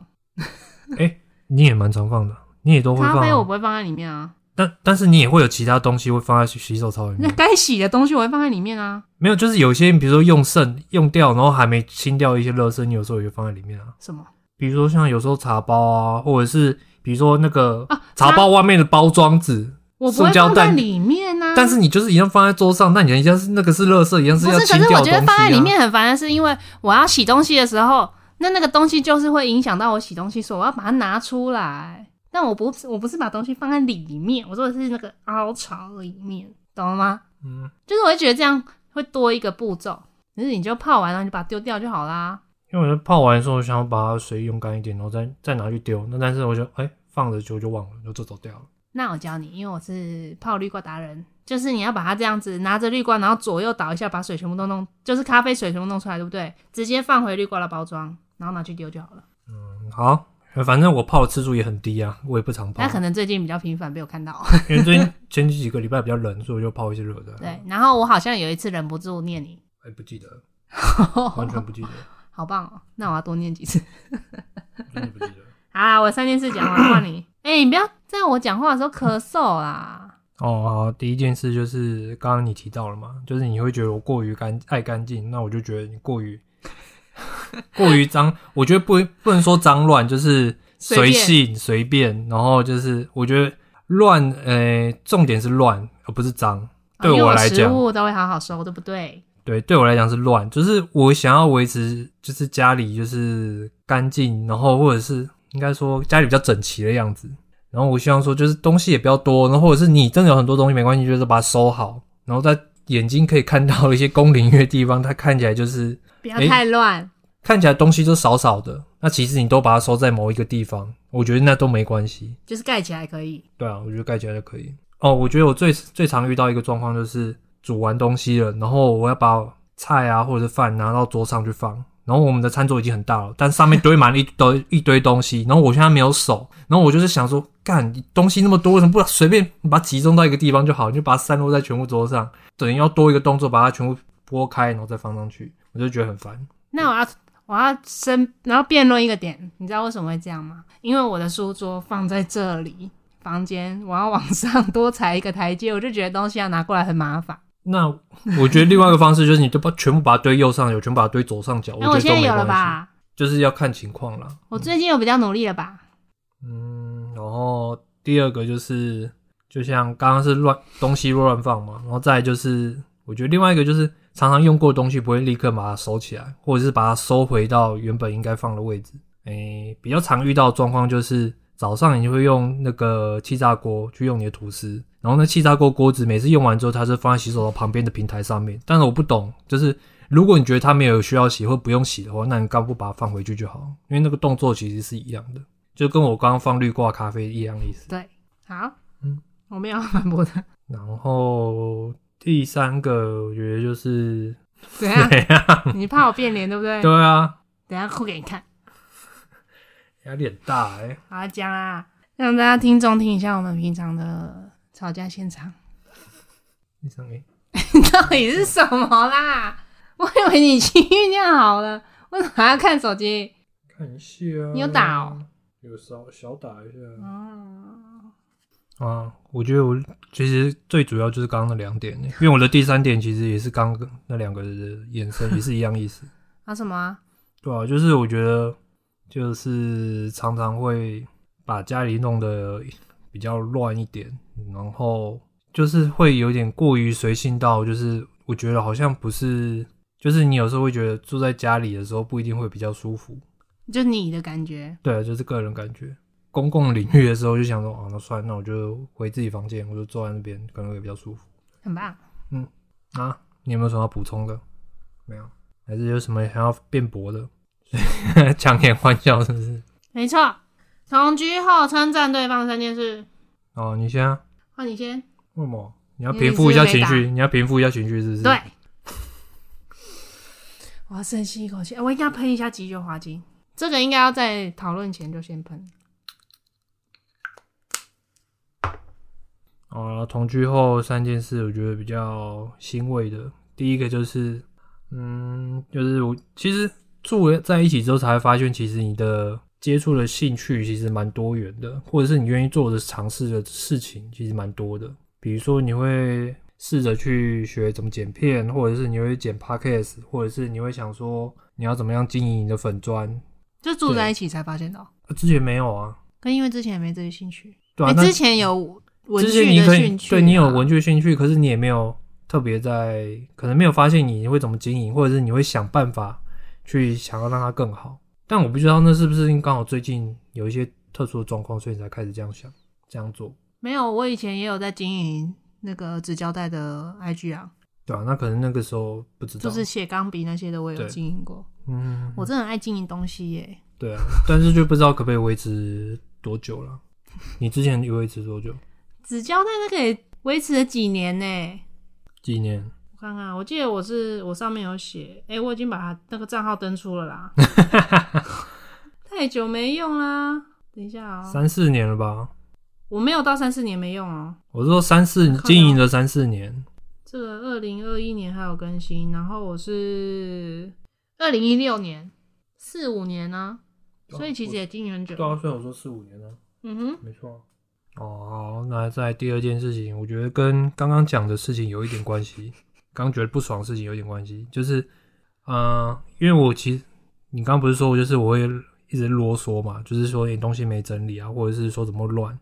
B: 你也蛮常放的，你也都会
A: 咖
B: 放
A: 啡我
B: 啊、
A: 不会放在里面啊，
B: 但但是你也会有其他东西会放在洗洗手槽里
A: 那
B: 面。
A: 该洗的东西我会放在里面啊。
B: 没有，就是有些比如说用剩用掉，然后还没清掉一些垃圾，你有时候也会放在里面啊。
A: 什么？
B: 比如说像有时候茶包啊，或者是比如说那个
A: 啊
B: 茶包外面的包装纸，
A: 我不会
B: 塑胶
A: 放在
B: 袋
A: 里面啊。
B: 但是你就是一样放在桌上，那你一样是那个是垃圾，一样
A: 不
B: 要
A: 是，
B: 清
A: 可是
B: 掉
A: 我
B: 的
A: 觉
B: 东西、啊。
A: 得放在里面很烦的是，因为我要洗东西的时候，那那个东西就是会影响到我洗东西，所以我要把它拿出来。但我不，
B: 嗯
A: 我不是把东西放在里面，我说的是那个凹槽里面，懂了吗？
B: 嗯，
A: 就是我会觉得这样会多一个步骤，可是你就泡完了，你就把它丢掉就好啦。
B: 因为我在泡完的时候，我想要把它水用干一点，然后再再拿去丢。那但是我就哎、放着就就忘了，就就走掉了。
A: 那我教你，因为我是泡绿罐达人，就是你要把它这样子拿着绿罐，然后左右倒一下，把水全部都弄，就是咖啡水全部弄出来，对不对？直接放回绿罐的包装，然后拿去丢就好了。
B: 嗯好，反正我泡的次数也很低啊，我也不常泡
A: 那，可能最近比较频繁被我看到。
B: 因为最近前几个礼拜比较冷，所以我就泡一些热的。
A: 对，然后我好像有一次忍不住念你，
B: 哎，不记得，完 全
A: 好
B: 不记得，
A: 棒哦！那我要多念几次。
B: 真的不记得。
A: 好啦，我三件事讲完，换你。哎、你不要在我讲话的时候咳嗽啦。
B: 哦，好，第一件事就是刚刚你提到了嘛，就是你会觉得我过于干爱干净，那我就觉得你过 于过于脏，我觉得不不能说脏乱，就是随
A: 随便
B: 性随便，然后就是我觉得乱，呃，重点是乱，而不是脏。对
A: 啊因为
B: 我
A: 我
B: 来
A: 食
B: 讲，
A: 物都会好好收，对不对？
B: 对，对我来讲是乱，就是我想要维持，就是家里就是干净，然后或者是应该说家里比较整齐的样子。然后我希望说，就是东西也不要多，然后或者是你真的有很多东西没关系，就是把它收好，然后在眼睛可以看到一些公领域的地方，它看起来就是
A: 不要
B: 哎
A: 太乱。
B: 看起来东西都少少的，那其实你都把它收在某一个地方，我觉得那都没关系。
A: 就是盖起来可以，
B: 对啊，我觉得盖起来就可以。哦，我觉得我最最常遇到一个状况就是煮完东西了，然后我要把菜啊或者是饭拿到桌上去放，然后我们的餐桌已经很大了，但上面堆满了一堆一堆东西，然后我现在没有手，然后我就是想说，干东西那么多，为什么不随便把它集中到一个地方就好？你就把它散落在全部桌上，等于要多一个动作把它全部拨开，然后再放上去，我就觉得很烦。
A: 那我要我要申，然后辩论一个点，你知道为什么会这样吗？因为我的书桌放在这里，房间我要往上多踩一个台阶，我就觉得东西要拿过来很麻烦。
B: 那我觉得另外一个方式就是，你就把全部把它堆右上角，全部把它堆左上角。
A: 那我
B: 觉
A: 现
B: 得都
A: 在
B: 没
A: 有了
B: 关系？
A: 吧？
B: 就是要看情况啦。
A: 我最近有比较努力了吧？
B: 嗯，然后第二个就是，就像刚刚是乱东西乱放嘛，然后再来就是，我觉得另外一个就是，常常用过的东西不会立刻把它收起来，或者是把它收回到原本应该放的位置。诶、比较常遇到的状况就是，早上你就会用那个气炸锅去用你的吐司，然后那气炸锅锅子每次用完之后，它是放在洗手槽旁边的平台上面。但是我不懂，就是如果你觉得它没有需要洗或不用洗的话，那你干嘛不把它放回去就好？因为那个动作其实是一样的。就跟我刚刚放绿挂咖啡一样的意思。
A: 对，好，
B: 嗯，
A: 我没有要反驳的，
B: 然后第三个，我觉得就是
A: 怎样？
B: 对啊，
A: 你怕我变脸对不
C: 哎
A: 对？
B: 对啊，
A: 等一下哭给你看，
B: 压力很大哎、
A: 好讲啊，让大家听众听一下我们平常的
C: 吵架现场，
B: 你想哎，
C: 你到底是什么啦？我以为你去酝酿好了，为什么还要看手机？
B: 看一下啊，
C: 你有打嗯哦
B: 有稍小打一下
A: 嗯
C: 哦，
B: 啊。我觉得我其实最主要就是刚刚那两点，欸因为我的第三点其实也是刚刚那两个的延伸，也是一样意思。
C: 啊什么啊？
B: 对啊，就是我觉得就是常常会把家里弄得比较乱一点，然后就是会有点过于随性到，就是我觉得好像不是，就是你有时候会觉得住在家里的时候不一定会比较舒服。
C: 就你的感觉，
B: 对啊，就是个人感觉。公共领域的时候就想说，哦，那算了，那我就回自己房间，我就坐在那边，可能会比较舒服。
C: 很棒。
B: 啊，你有没有什么要补充的？没有，还是有什么想要辩驳的？ 强颜欢笑是不是？
A: 没错，同居后称赞对方三件事，
B: 哦，你先、啊，
A: 换你先。
B: 为什么？你要平复一下情
A: 因为你是
B: 绪，你要平复一下情绪，是不 是？
A: 对，
C: 我要深吸一口气，哎我应该喷一下急救花精。
A: 这个应该要在讨论前就先喷。
B: 啊，同居后三件事，我觉得比较欣慰的，第一个就是，嗯，就是我其实住在一起之后才会发现，其实你的接触的兴趣其实蛮多元的，或者是你愿意做的尝试的事情其实蛮多的。比如说，你会试着去学怎么剪片，或者是你会剪 podcast，或者是你会想说你要怎么样经营你的粉砖。
C: 就住在一起才发现的哦，
B: 啊之前没有啊，
C: 跟因为之前也没这些兴趣。
B: 对啊，
C: 哎
B: 那
C: 之前有文
B: 之前
C: 具
B: 你可
C: 的
B: 以
C: 兴趣啊，
B: 对你有文具的兴趣，可是你也没有特别在，可能没有发现你会怎么经营，或者是你会想办法去想要让它更好。但我不知道那是不是刚好最近有一些特殊的状况，所以你才开始这样想、这样做，
C: 没有？我以前也有在经营那个纸胶带的 IG 啊，
B: 对吧、那可能那个时候不知道，
C: 就是写钢笔那些的，我也有
B: 对
C: 经营过。
B: 嗯，
C: 我真的很爱经营东西耶，
B: 对啊，但是就不知道可不可以维持多久了。你之前有维持多久？
C: 纸胶带那个也维持了几年呢？
B: 几年？
A: 我看看，我记得我是我上面有写，哎、我已经把它那个账号登出了 啦。太久没用啦，等一下啊、
B: 三四年了吧？
A: 我没有到三四年没用哦、
B: 我是说三四经营了三四年，
A: 这个二零二一年还有更新，然后我是二零一六年四五年呢、所以其实也经营很久。
B: 啊对啊，所以我说四五年了、
A: 嗯哼，
B: 没错。哦，好，那在第二件事情，我觉得跟刚刚讲的事情有一点关系，刚觉得不爽的事情有一点关系，就是，呃，因为我其实你刚刚不是说我就是我会一直啰嗦嘛，就是说你东西没整理啊，或者是说怎么乱，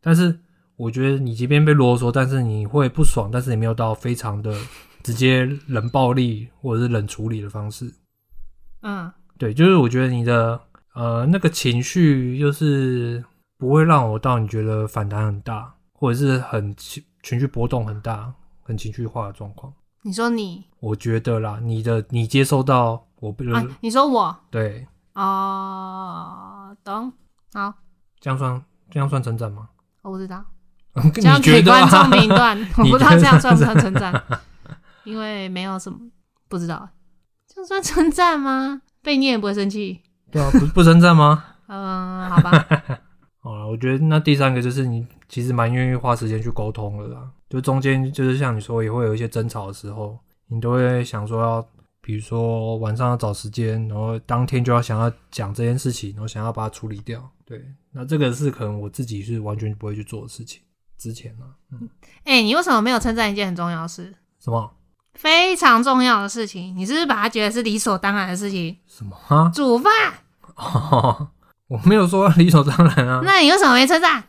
B: 但是我觉得你即便被啰嗦，但是你会不爽，但是你没有到非常的直接冷暴力或者是冷处理的方式，
A: 嗯，
B: 对，就是我觉得你的呃那个情绪就是不会让我到你觉得反弹很大，或者是很情情绪波动很大、很情绪化的状况。
C: 你说你
B: 我觉得啦，你的你接受到我不、
C: 啊，你说我
B: 对，
C: 哦，懂，
B: 这样算这样算成长吗？
C: 我不知道，
B: 你
C: 这样
B: 觉
C: 给
B: 得
C: 观众
B: 啊？
C: 评断， 我
B: 你
C: 不知道
B: 觉
C: 这样
B: 得
C: 算不算称赞，因为没有什么不知道，这样算称赞吗？被念也不会生气，
B: 对啊，不不称赞吗？
C: 嗯，好吧，
B: 好了，我觉得那第三个就是你其实蛮愿意花时间去沟通的啦，就中间就是像你说也会有一些争吵的时候，你都会想说要，比如说晚上要找时间，然后当天就要想要讲这件事情，然后想要把它处理掉。对，那这个是可能我自己是完全不会去做的事情。之前呢、嗯，
A: 哎、你为什么没有称赞一件很重要的事？
B: 什么
A: 非常重要的事情，你是不是把它觉得是理所当然的事情？
B: 什么啊、
A: 煮饭，
B: 哦？ 我没有说理所当然啊
A: 那你为什么没称赞？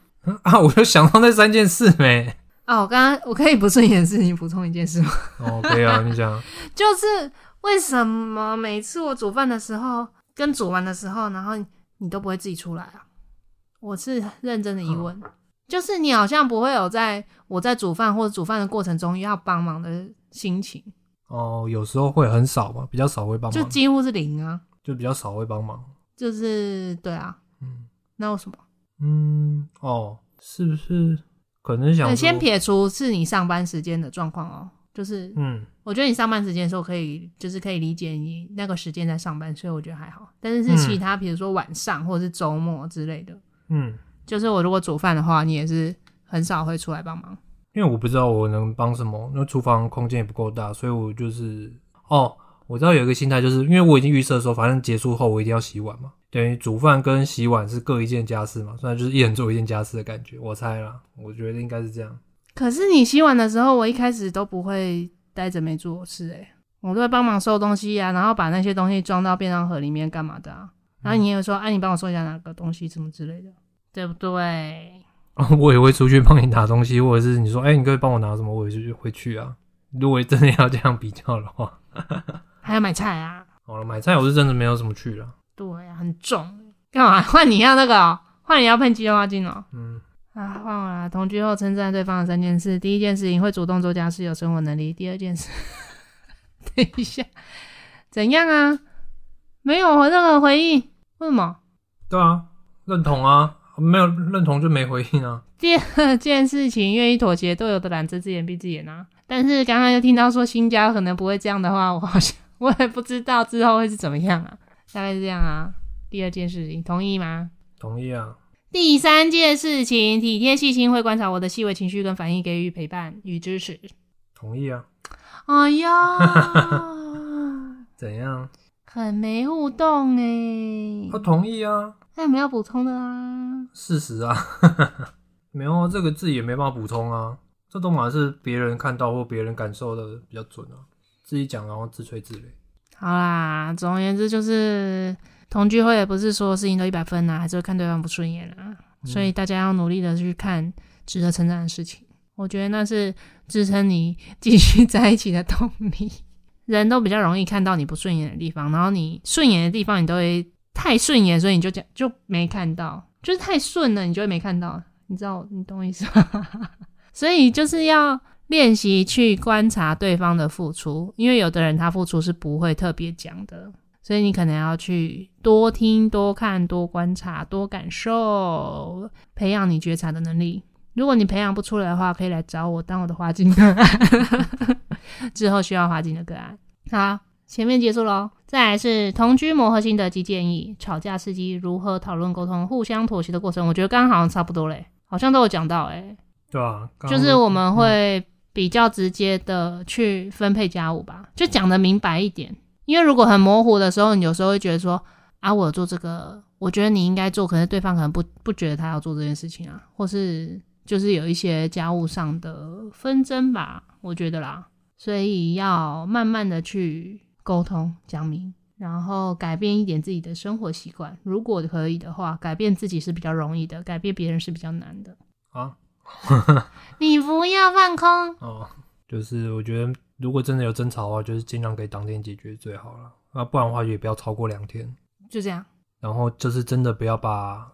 B: 啊！我就想到那三件事没。
C: 哦，我刚刚我可以不顺眼的事情补充一件事吗？
B: 哦，可以啊，你讲。
A: 就是为什么每次我煮饭的时候跟煮完的时候，然后你都不会自己出来啊？我是认真的疑问，
B: 嗯
A: 就是你好像不会有在我在煮饭或者煮饭的过程中要帮忙的心情，
B: 哦，有时候会很少嘛，比较少会帮
A: 就
B: 忙，
A: 几乎是零啊。
B: 就比较少会帮忙。
A: 就是对啊，
B: 嗯
A: 那有什么？
B: 嗯，哦，是不是？可能想
A: 对，哎
B: 说
A: 呃先撇除是你上班时间的状况哦，就是
B: 嗯
A: 我觉得你上班时间的时候可以，就是可以理解你那个时间在上班，所以我觉得还好。但是是其他，比如说晚上或者是周末之类的，
B: 嗯，
A: 就是我如果煮饭的话，你也是很少会出来帮忙。
B: 因为我不知道我能帮什么，那厨房空间也不够大，所以我就是哦，我知道有一个心态，就是因为我已经预设说，反正结束后我一定要洗碗嘛，等于煮饭跟洗碗是各一件家事嘛，所以就是一人做一件家事的感觉，我猜啦，我觉得应该是这样。
C: 可是你洗碗的时候，我一开始都不会待着没做事、欸，诶，我都会帮忙收东西呀、啊然后把那些东西装到便当盒里面干嘛的啊。然后你也会说，哎、你帮我收一下哪个东西什么之类的。
A: 对不对？
B: 嗯 我也会出去帮你拿东西，或者是你说，哎、你可以帮我拿什么，我也是会去啊。如果真的要这样比较的话，
A: 还要买菜啊？
B: 好了，买菜我是真的没有什么去了。
A: 对啊，很重。干嘛？换你要那个、哦？换你要喷鸡肉花精哦？
B: 嗯，
A: 啊，换我啦！同居后称赞对方的三件事：第一件事情会主动做家事，有生活能力；第二件事， 等一下，怎样啊？没有任何回应，为什么？
B: 对啊，认同啊，没有认同就没回应啊。
A: 第二 件事情愿意妥协，都有的懒，睁只眼闭只眼啊。但是刚刚又听到说新家可能不会这样的话，我好像我也不知道之后会是怎么样啊，大概是这样啊。第二件事情，同意吗？
B: 同意啊，
A: 第三件事情，体贴细心，会观察我的细微情绪跟反应，给予陪伴与支持。
B: 同意啊，
A: 哎呀，
B: 怎样？
A: 很没互动哎
B: 他、。同意啊，
A: 那有没有补充的啊？
B: 事实啊， 没有啊，这个字也没办法补充啊，这都嘛是别人看到或别人感受的比较准啊，自己讲然后自吹自擂。
A: 好啦，总而言之就是同居会也不是所有事情都一百分啊，还是会看对方不顺眼啊。
B: 嗯
A: 所以大家要努力的去看值得称赞的事情，我觉得那是支撑你继续在一起的动力。 人都比较容易看到你不顺眼的地方，然后你顺眼的地方你都会太顺眼，所以你就讲就没看到，就是太顺了，你就会没看到。你知道你懂我意思吗？ 所以就是要练习去观察对方的付出，因为有的人他付出是不会特别讲的，所以你可能要去多听、多看、多观察、多感受，培养你觉察的能力。如果你培养不出来的话，可以来找我当我的花精个案， 之后需要花精的个案。好，前面结束喽。再来是同居磨合心得及建议，吵架时机如何讨论沟通，互相妥协的过程，我觉得刚刚好像差不多嘞，好像都有讲到诶、
B: 对啊，刚刚
A: 就是我们会比较直接的去分配家务吧，就讲的明白一点。因为如果很模糊的时候，你有时候会觉得说啊，我有做这个，我觉得你应该做，可是对方可能不不觉得他要做这件事情啊，或是就是有一些家务上的纷争吧，我觉得啦，所以要慢慢的去沟通讲明。然后改变一点自己的生活习惯，如果可以的话，改变自己是比较容易的，改变别人是比较难的。
B: 啊
A: 你不要放空，
B: 哦，就是我觉得如果真的有争吵的话，就是尽量可以当天解决最好了，啊，不然的话也不要超过两天。
A: 就这样。
B: 然后就是真的不要把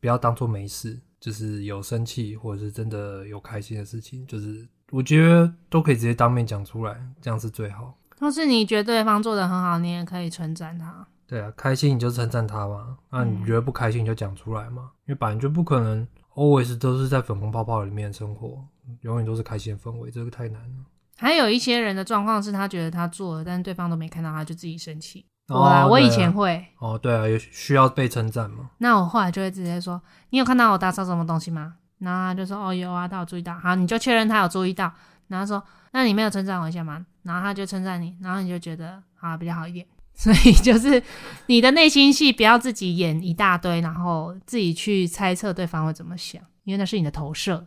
B: 不要当做没事，就是有生气或者是真的有开心的事情，就是我觉得都可以直接当面讲出来，这样是最好。
A: 或是你觉得对方做的很好，你也可以称赞他。
B: 对啊，开心你就称赞他嘛，那你
A: 嗯
B: 觉得不开心你就讲出来嘛，因为本来就不可能 always 都是在粉红泡泡里面生活，永远都是开心的氛围，这个太难了。
A: 还有一些人的状况是他觉得他做了，但是对方都没看到，他就自己生气。我
B: 哦
A: 啦，我
B: 对
A: 以
B: 啊
A: 前会，
B: 哦，对啊，也需要被称赞嘛。
A: 那我后来就会直接说：“你有看到我打扫什么东西吗？”然后他就说：“哦，有啊，他有注意到。”好，你就确认他有注意到，然后说：“那你没有称赞我一下吗？”然后他就称赞你，然后你就觉得啊比较好一点。 所以就是你的内心戏，不要自己演一大堆，然后自己去猜测对方会怎么想，因为那是你的投射。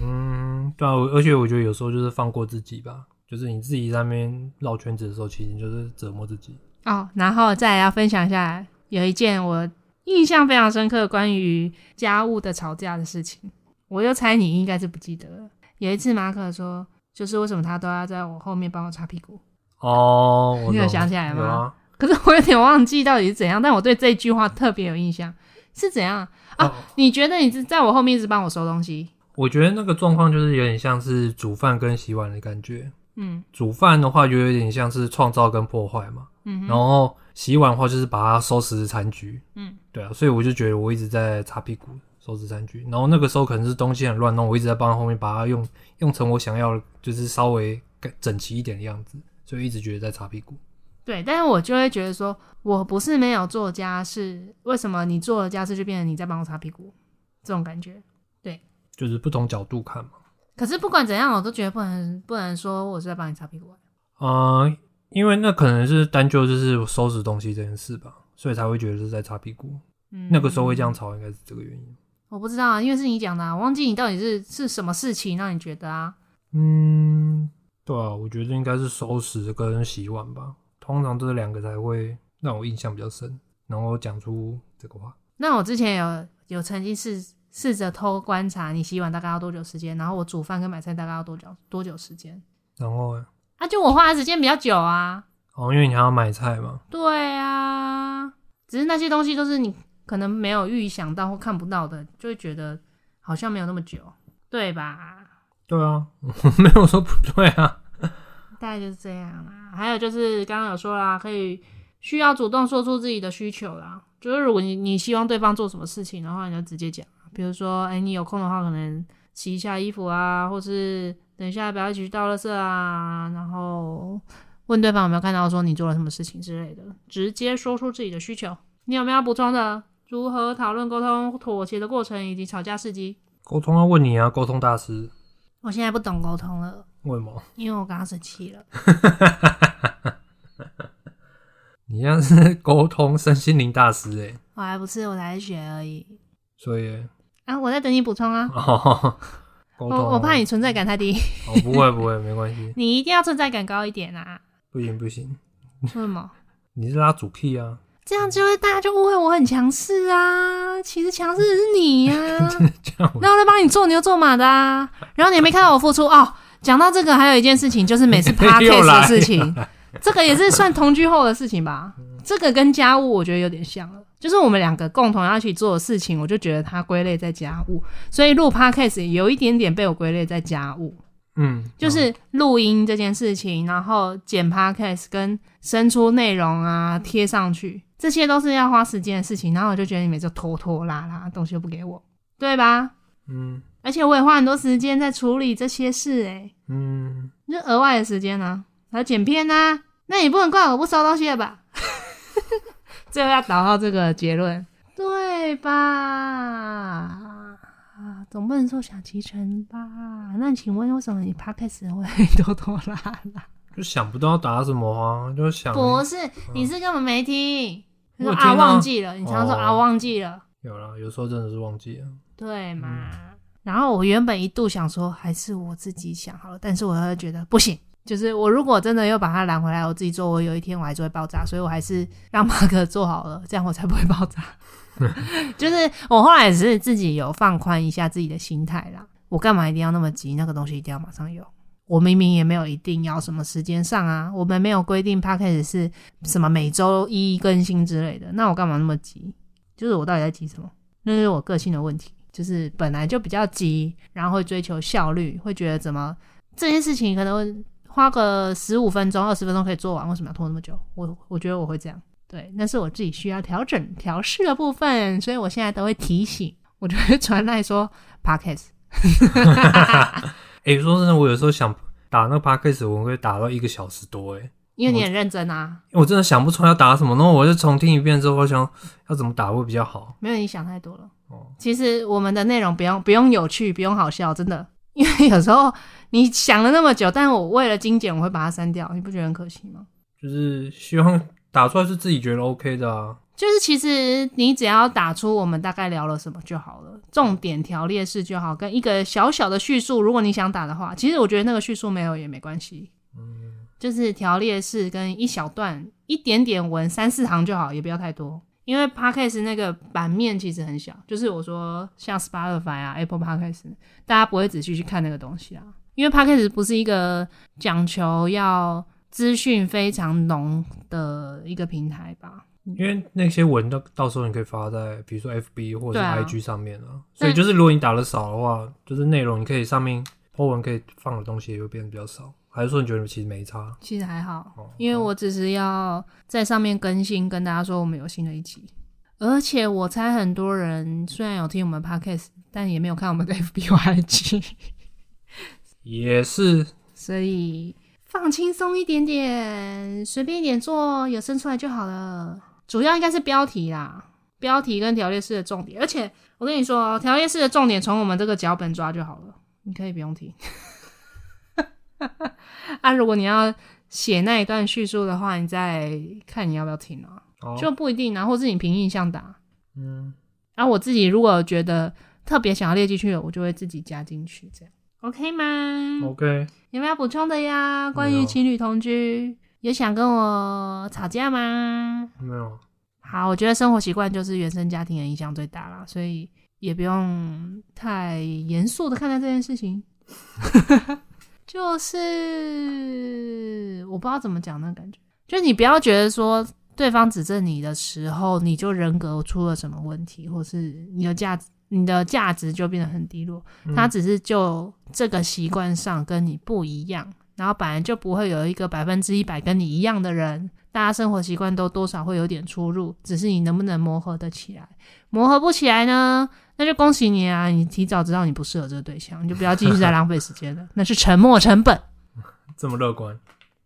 B: 嗯，对啊，我而且我觉得有时候就是放过自己吧，就是你自己在那边绕圈子的时候，其实你就是折磨自己。
A: 哦，然后再来要分享一下，有一件我印象非常深刻关于家务的吵架的事情，我又猜你应该是不记得了。有一次马可说，就是为什么他都要在我后面帮我擦屁股，
B: 哦，我
A: 你有
B: 懂
A: 想起来吗
B: 有啊，
A: 可是我有点忘记到底是怎样，但我对这句话特别有印象，是怎样？啊
B: 哦
A: 你觉得你是在我后面一直帮我收东西？
B: 我觉得那个状况就是有点像是煮饭跟洗碗的感觉。
A: 嗯
B: 煮饭的话，就有点像是创造跟破坏嘛。
A: 嗯
B: 然
A: 哼，
B: 后洗碗的话，就是把它收拾残局。
A: 嗯，
B: 对啊，所以我就觉得我一直在擦屁股、收拾残局。然后那个时候可能是东西很乱弄，我一直在帮他后面把它用用成我想要的，就是稍微更整齐一点的样子，所以一直觉得在擦屁股。
A: 对，但是我就会觉得说，我不是没有做家事，为什么你做了家事就变成你在帮我擦屁股？这种感觉。
B: 就是不同角度看嘛。
A: 可是不管怎样，我都觉得不能不能说我是在帮你擦屁股啊。
B: 啊、因为那可能是单就就是收拾东西这件事吧，所以才会觉得是在擦屁股。
A: 嗯
B: 那个时候会这样吵，应该是这个原因。
A: 我不知道啊，因为是你讲的、啊，我忘记你到底是是什么事情让你觉得啊？
B: 嗯，对啊，我觉得应该是收拾跟洗碗吧，通常这两个才会让我印象比较深，然后讲出这个话。
A: 那我之前有有曾经试试着偷观察你洗碗大概要多久时间，然后我煮饭跟买菜大概要多久多久时间？
B: 然后呢，
A: 啊，就我花的时间比较久啊。
B: 哦，因为你还要买菜嘛，
A: 对啊，只是那些东西都是你可能没有预想到或看不到的，就会觉得好像没有那么久，对吧？
B: 对啊， 我没有说不对啊，
A: 大概就是这样啦。还有就是刚刚有说啦，可以需要主动说出自己的需求啦。就是如果你你希望对方做什么事情的话，你就直接讲，比如说，哎、你有空的话，可能洗一下衣服啊，或是等一下不要一起去倒垃圾啊，然后问对方有没有看到说你做了什么事情之类的，直接说出自己的需求。你有没有要补充的？如何讨论、沟通、妥协的过程，以及吵架时机？
B: 沟通要问你啊，沟通大师，
A: 我现在不懂沟通了，
B: 为毛？
A: 因为我刚刚生气了。
B: 你像是沟通身心灵大师诶、
A: 我还不是，我才是学而已。
B: 所以
A: 啊，我在等你补充啊。
B: 哦，沟
A: 我
B: 通啊
A: 我怕你存在感太低，
B: 哦，不会不会，没关系，
A: 你一定要存在感高一点啊！
B: 不行不行，
A: 为什么？
B: 你是拉主 key 啊，
A: 这样就会大家就误会我很强势啊！其实强势的是你 呀、啊，
B: 这样我
A: 那我在帮你做牛做马的啊！然后你也没看到我付出哦。讲到这个，还有一件事情，就是每次 p o d c a
B: 又
A: s
B: 来
A: 的事情，这个也是算同居后的事情吧？这个跟家务我觉得有点像了，就是我们两个共同要一起做的事情，我就觉得它归类在家务，所以录 p o d c a s 有一点点被我归类在家务。
B: 嗯，
A: 就是录音这件事情，然后剪 podcast 跟生出内容啊，贴上去，这些都是要花时间的事情。然后我就觉得你每次拖拖拉拉，东西又不给我，对吧？
B: 嗯
A: 而且我也花很多时间在处理这些事、欸，
B: 嗯，
A: 就额外的时间呢、还有剪片啊，那你不能怪我不收东西了吧？ 最后要导到这个结论，对吧？啊，总不能坐享其成吧？那请问为什么你 podcast 会 拖拖拉拉？
B: 就想不到打什么啊，就想
A: 不是，你是根本没听，你说
B: 我有
A: 啊
B: 听啊
A: 忘记了，你常常说
B: 哦
A: 啊忘记了，
B: 有啦，有时候真的是忘记了，
A: 对嘛？然后我原本一度想说还是我自己想好了，但是我又觉得不行，就是我如果真的又把它拦回来，我自己做，我有一天我还是会爆炸，所以我还是让马克做好了，这样我才不会爆炸。就是我后来也是自己有放宽一下自己的心态啦，我干嘛一定要那么急？那个东西一定要马上有。我明明也没有一定要什么时间上啊，我们没有规定 p a c a s t 是什么每周一更新之类的，那我干嘛那么急？就是我到底在急什么？那是我个性的问题，就是本来就比较急，然后会追求效率，会觉得怎么这件事情可能花个十五分钟、二十分钟可以做完，为什么要拖那么久？我我觉得我会这样，对，那是我自己需要调整调试的部分，所以我现在都会提醒，我就会传来说 p a c a s t
B: 哎、说真的，我有时候想打那个 podcast，我会打到一个小时多、欸，哎，
A: 因为你很认真啊，
B: 我真的想不出来要打什么，然后我就重听一遍之后，我想要怎么打会比较好。
A: 没有你想太多了。
B: 哦，
A: 其实我们的内容不用不用有趣，不用好笑，真的，因为有时候你想了那么久，但我为了精简，我会把它删掉，你不觉得很可惜吗？
B: 就是希望打出来是自己觉得 OK 的啊。
A: 就是其实你只要打出我们大概聊了什么就好了，重点条列式就好，跟一个小小的叙述，如果你想打的话，其实我觉得那个叙述没有也没关系，
B: 嗯，
A: 就是条列式跟一小段一点点文三四行就好，也不要太多。因为 podcast 那个版面其实很小，就是我说像 Spotify 啊、Apple Podcast，大家不会仔细去看那个东西啊。因为 podcast 不是一个讲求要资讯非常浓的一个平台吧？
B: 因为那些文到到时候你可以发在比如说 FB 或者
A: 对
B: 是
A: 啊
B: IG 上面啊，所
A: 但
B: 以就是如果你打的少的话，就是内容你可以上面 po 文可以放的东西也会变得比较少，还是说你觉得其实没差？
A: 其实还好，
B: 哦，
A: 因为我只是要在上面更新，跟大家说我们有新的一集。而且我猜很多人虽然有听我们 podcast，但也没有看我们的 FB 或 IG，
B: 也是
A: 所以放轻松一点点，随便一点做，有生出来就好了。主要应该是标题啦，标题跟条列式的重点。而且我跟你说哦，条列式的重点从我们这个脚本抓就好了。
C: 你可以不用听。
A: 啊，如果你要写那一段叙述的话，你再看你要不要听啊，
B: 哦，
A: 就不一定啊，或是你凭印象打。
B: 嗯，
A: 然后我自己如果觉得特别想要列进去的，我就会自己加进去，这样 OK 吗？
B: OK，
A: 有没有要补充的呀？关
B: 没
A: 于
B: 有
A: 情侣同居，有想跟我吵架吗？
B: 没有，
A: 好，我觉得生活习惯就是原生家庭的影响最大啦，所以也不用太严肃的看待这件事 情。就是我不知道怎么讲那个感觉，就是你不要觉得说对方指正你的时候，你就人格出了什么问题，或是你的价值、你的价值就变得很低落。
B: 嗯
A: 他只是就这个习惯上跟你不一样，然后本来就不会有一个百分之一百跟你一样的人，大家生活习惯都多少会有点出入，只是你能不能磨合得起来，磨合不起来呢，那就恭喜你啊，你提早知道你不适合这个对象，你就不要继续再浪费时间了，那是沉没成本。
B: 这么乐观，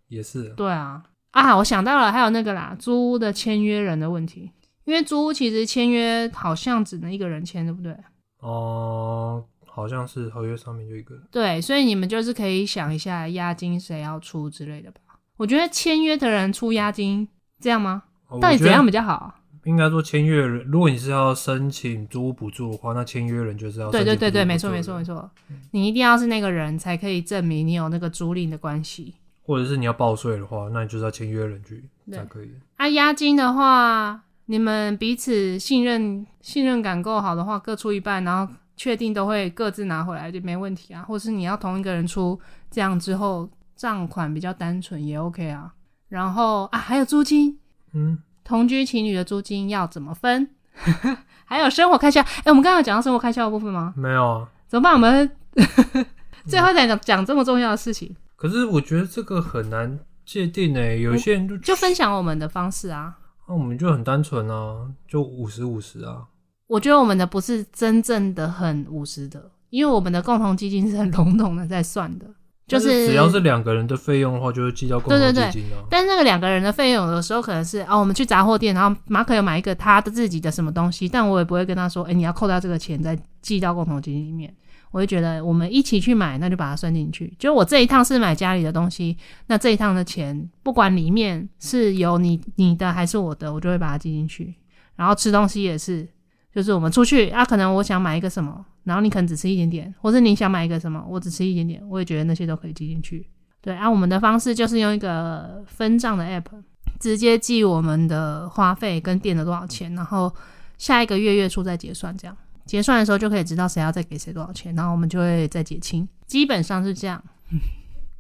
B: 也是
A: 对啊，啊，我想到了，还有那个啦，租屋的签约人的问题，因为租屋其实签约好像只能一个人签，对不对？
B: 哦，好像是合约上面就一个人，
A: 对，所以你们就是可以想一下押金谁要出之类的吧。我觉得签约的人出押金，这样吗？
B: 哦
A: 到底
B: 我觉
A: 怎
B: 得
A: 样比较好啊、
B: 应该说签约人，如果你是要申请租屋补助的话，那签约人就是要
A: 对对
B: 申请
A: 对对，
B: 租屋
A: 没
B: 补
A: 错
B: 助
A: 没
B: 的
A: 错没，错，
B: 嗯
A: 你一定要是那个人才可以证明你有那个租赁的关系。
B: 或者是你要报税的话，那你就是要签约人去
A: 对
B: 才可以。
A: 啊，押金的话，你们彼此信任信任感够好的话，各出一半，然后确定都会各自拿回来就没问题啊。或是你要同一个人出，这样之后账款比较单纯也 OK 啊。然后啊，还有租金，
B: 嗯，
A: 同居情侣的租金要怎么分？ 还有生活开销，哎、我们刚刚有讲到生活开销的部分吗？
B: 没有啊。
A: 怎么办？我们 最后再讲讲这么重要的事情，
B: 可是我觉得这个很难界定诶、有一些人就
A: 就分享我们的方式啊。
B: 那、我们就很单纯啊，就五十五十啊。
A: 我觉得我们的不是真正的很务实的，因为我们的共同基金是很笼统的在算的，就
B: 但
A: 是
B: 只要是两个人的费用的话，就会计较共同
A: 对对对
B: 基金啊。
A: 但是那个两个人的费用，有时候可能是哦，我们去杂货店，然后马可有买一个他的自己的什么东西，但我也不会跟他说，哎、你要扣掉这个钱再寄到共同基金里面。我就觉得我们一起去买，那就把它算进去。就是我这一趟是买家里的东西，那这一趟的钱，不管里面是有你你的还是我的，我就会把它记进去。然后吃东西也是，就是我们出去啊，可能我想买一个什么，然后你可能只吃一点点，或是你想买一个什么，我只吃一点点，我也觉得那些都可以记进去。对啊，我们的方式就是用一个分账的 app，直接记我们的花费跟垫了多少钱，然后下一个月月初再结算，这样结算的时候就可以知道谁要再给谁多少钱，然后我们就会再结清，基本上是这样。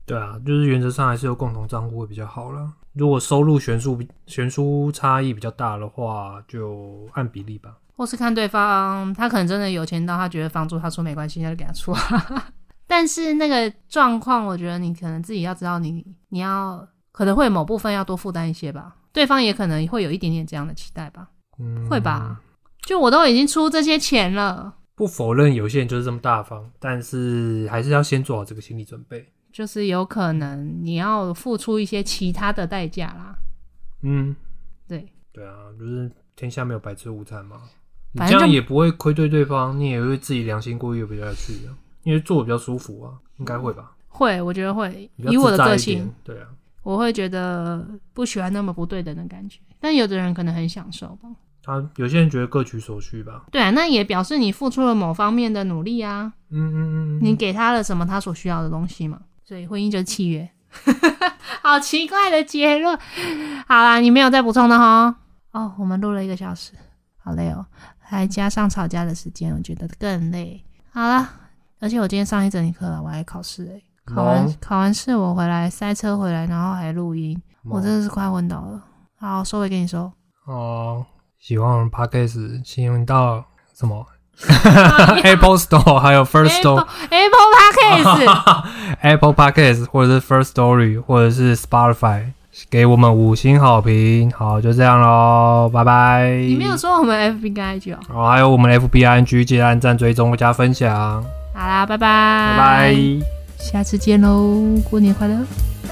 B: 对啊，就是原则上还是有共同账户会比较好啦。如果收入悬殊比悬殊差异比较大的话，就按比例吧。
A: 或是看对方，他可能真的有钱到他觉得房租他出没关系，那就给他出。啊 但是那个状况，我觉得你可能自己要知道你，你要可能会某部分要多负担一些吧，对方也可能会有一点点这样的期待吧，
B: 嗯，
A: 会吧？？就我都已经出这些钱了，
B: 不否认有些人就是这么大方，但是还是要先做好这个心理准备。
A: 就是有可能你要付出一些其他的代价啦。
B: 嗯，
A: 对，
B: 对啊，就是天下没有白吃午餐嘛。你
A: 反
B: 这
A: 正就
B: 样也不会亏对对方，你也会自己良心过意比较去啊，因为做得比较舒服啊，应该会吧？
A: 会，我觉得会，
B: 比较
A: 以我
B: 自
A: 的
B: 在
A: 个
B: 一
A: 性
B: 点，，对啊，
A: 我会觉得不喜欢那么不对等的感觉，但有的人可能很享受吧。
B: 他啊有些人觉得各取所需吧。
A: 对啊，那也表示你付出了某方面的努力啊，
B: 嗯嗯嗯嗯，
A: 你给他了什么他所需要的东西嘛。所以婚姻就是契约， 好奇怪的结论。好啦，你没有再补充的哈。哦，我们录了一个小时，好累哦，还加上吵架的时间，我觉得更累。好了，而且我今天上一整天课了，我还考试诶、考完
B: 忙
A: 考完试我回来塞车回来，然后还录音，我
B: 忙
A: 真的是快昏倒了。好，收尾跟你说。
B: 哦，喜欢我们 podcast，请用到什么 Apple Store 还有 First
A: Apple
B: Store。
A: Apple Podcast，
B: Apple Podcast 或者是 First Story 或者是 Spotify 给我们五星好评。好，就这样喽，拜拜。
A: 你没有说我们 FB 跟 IG 哦。
B: 哦，还有我们 F B I N G 记得按赞、追踪、加分享，
A: 好啦，拜拜，
B: 拜拜。
A: 下次见喽，过年快乐，拜。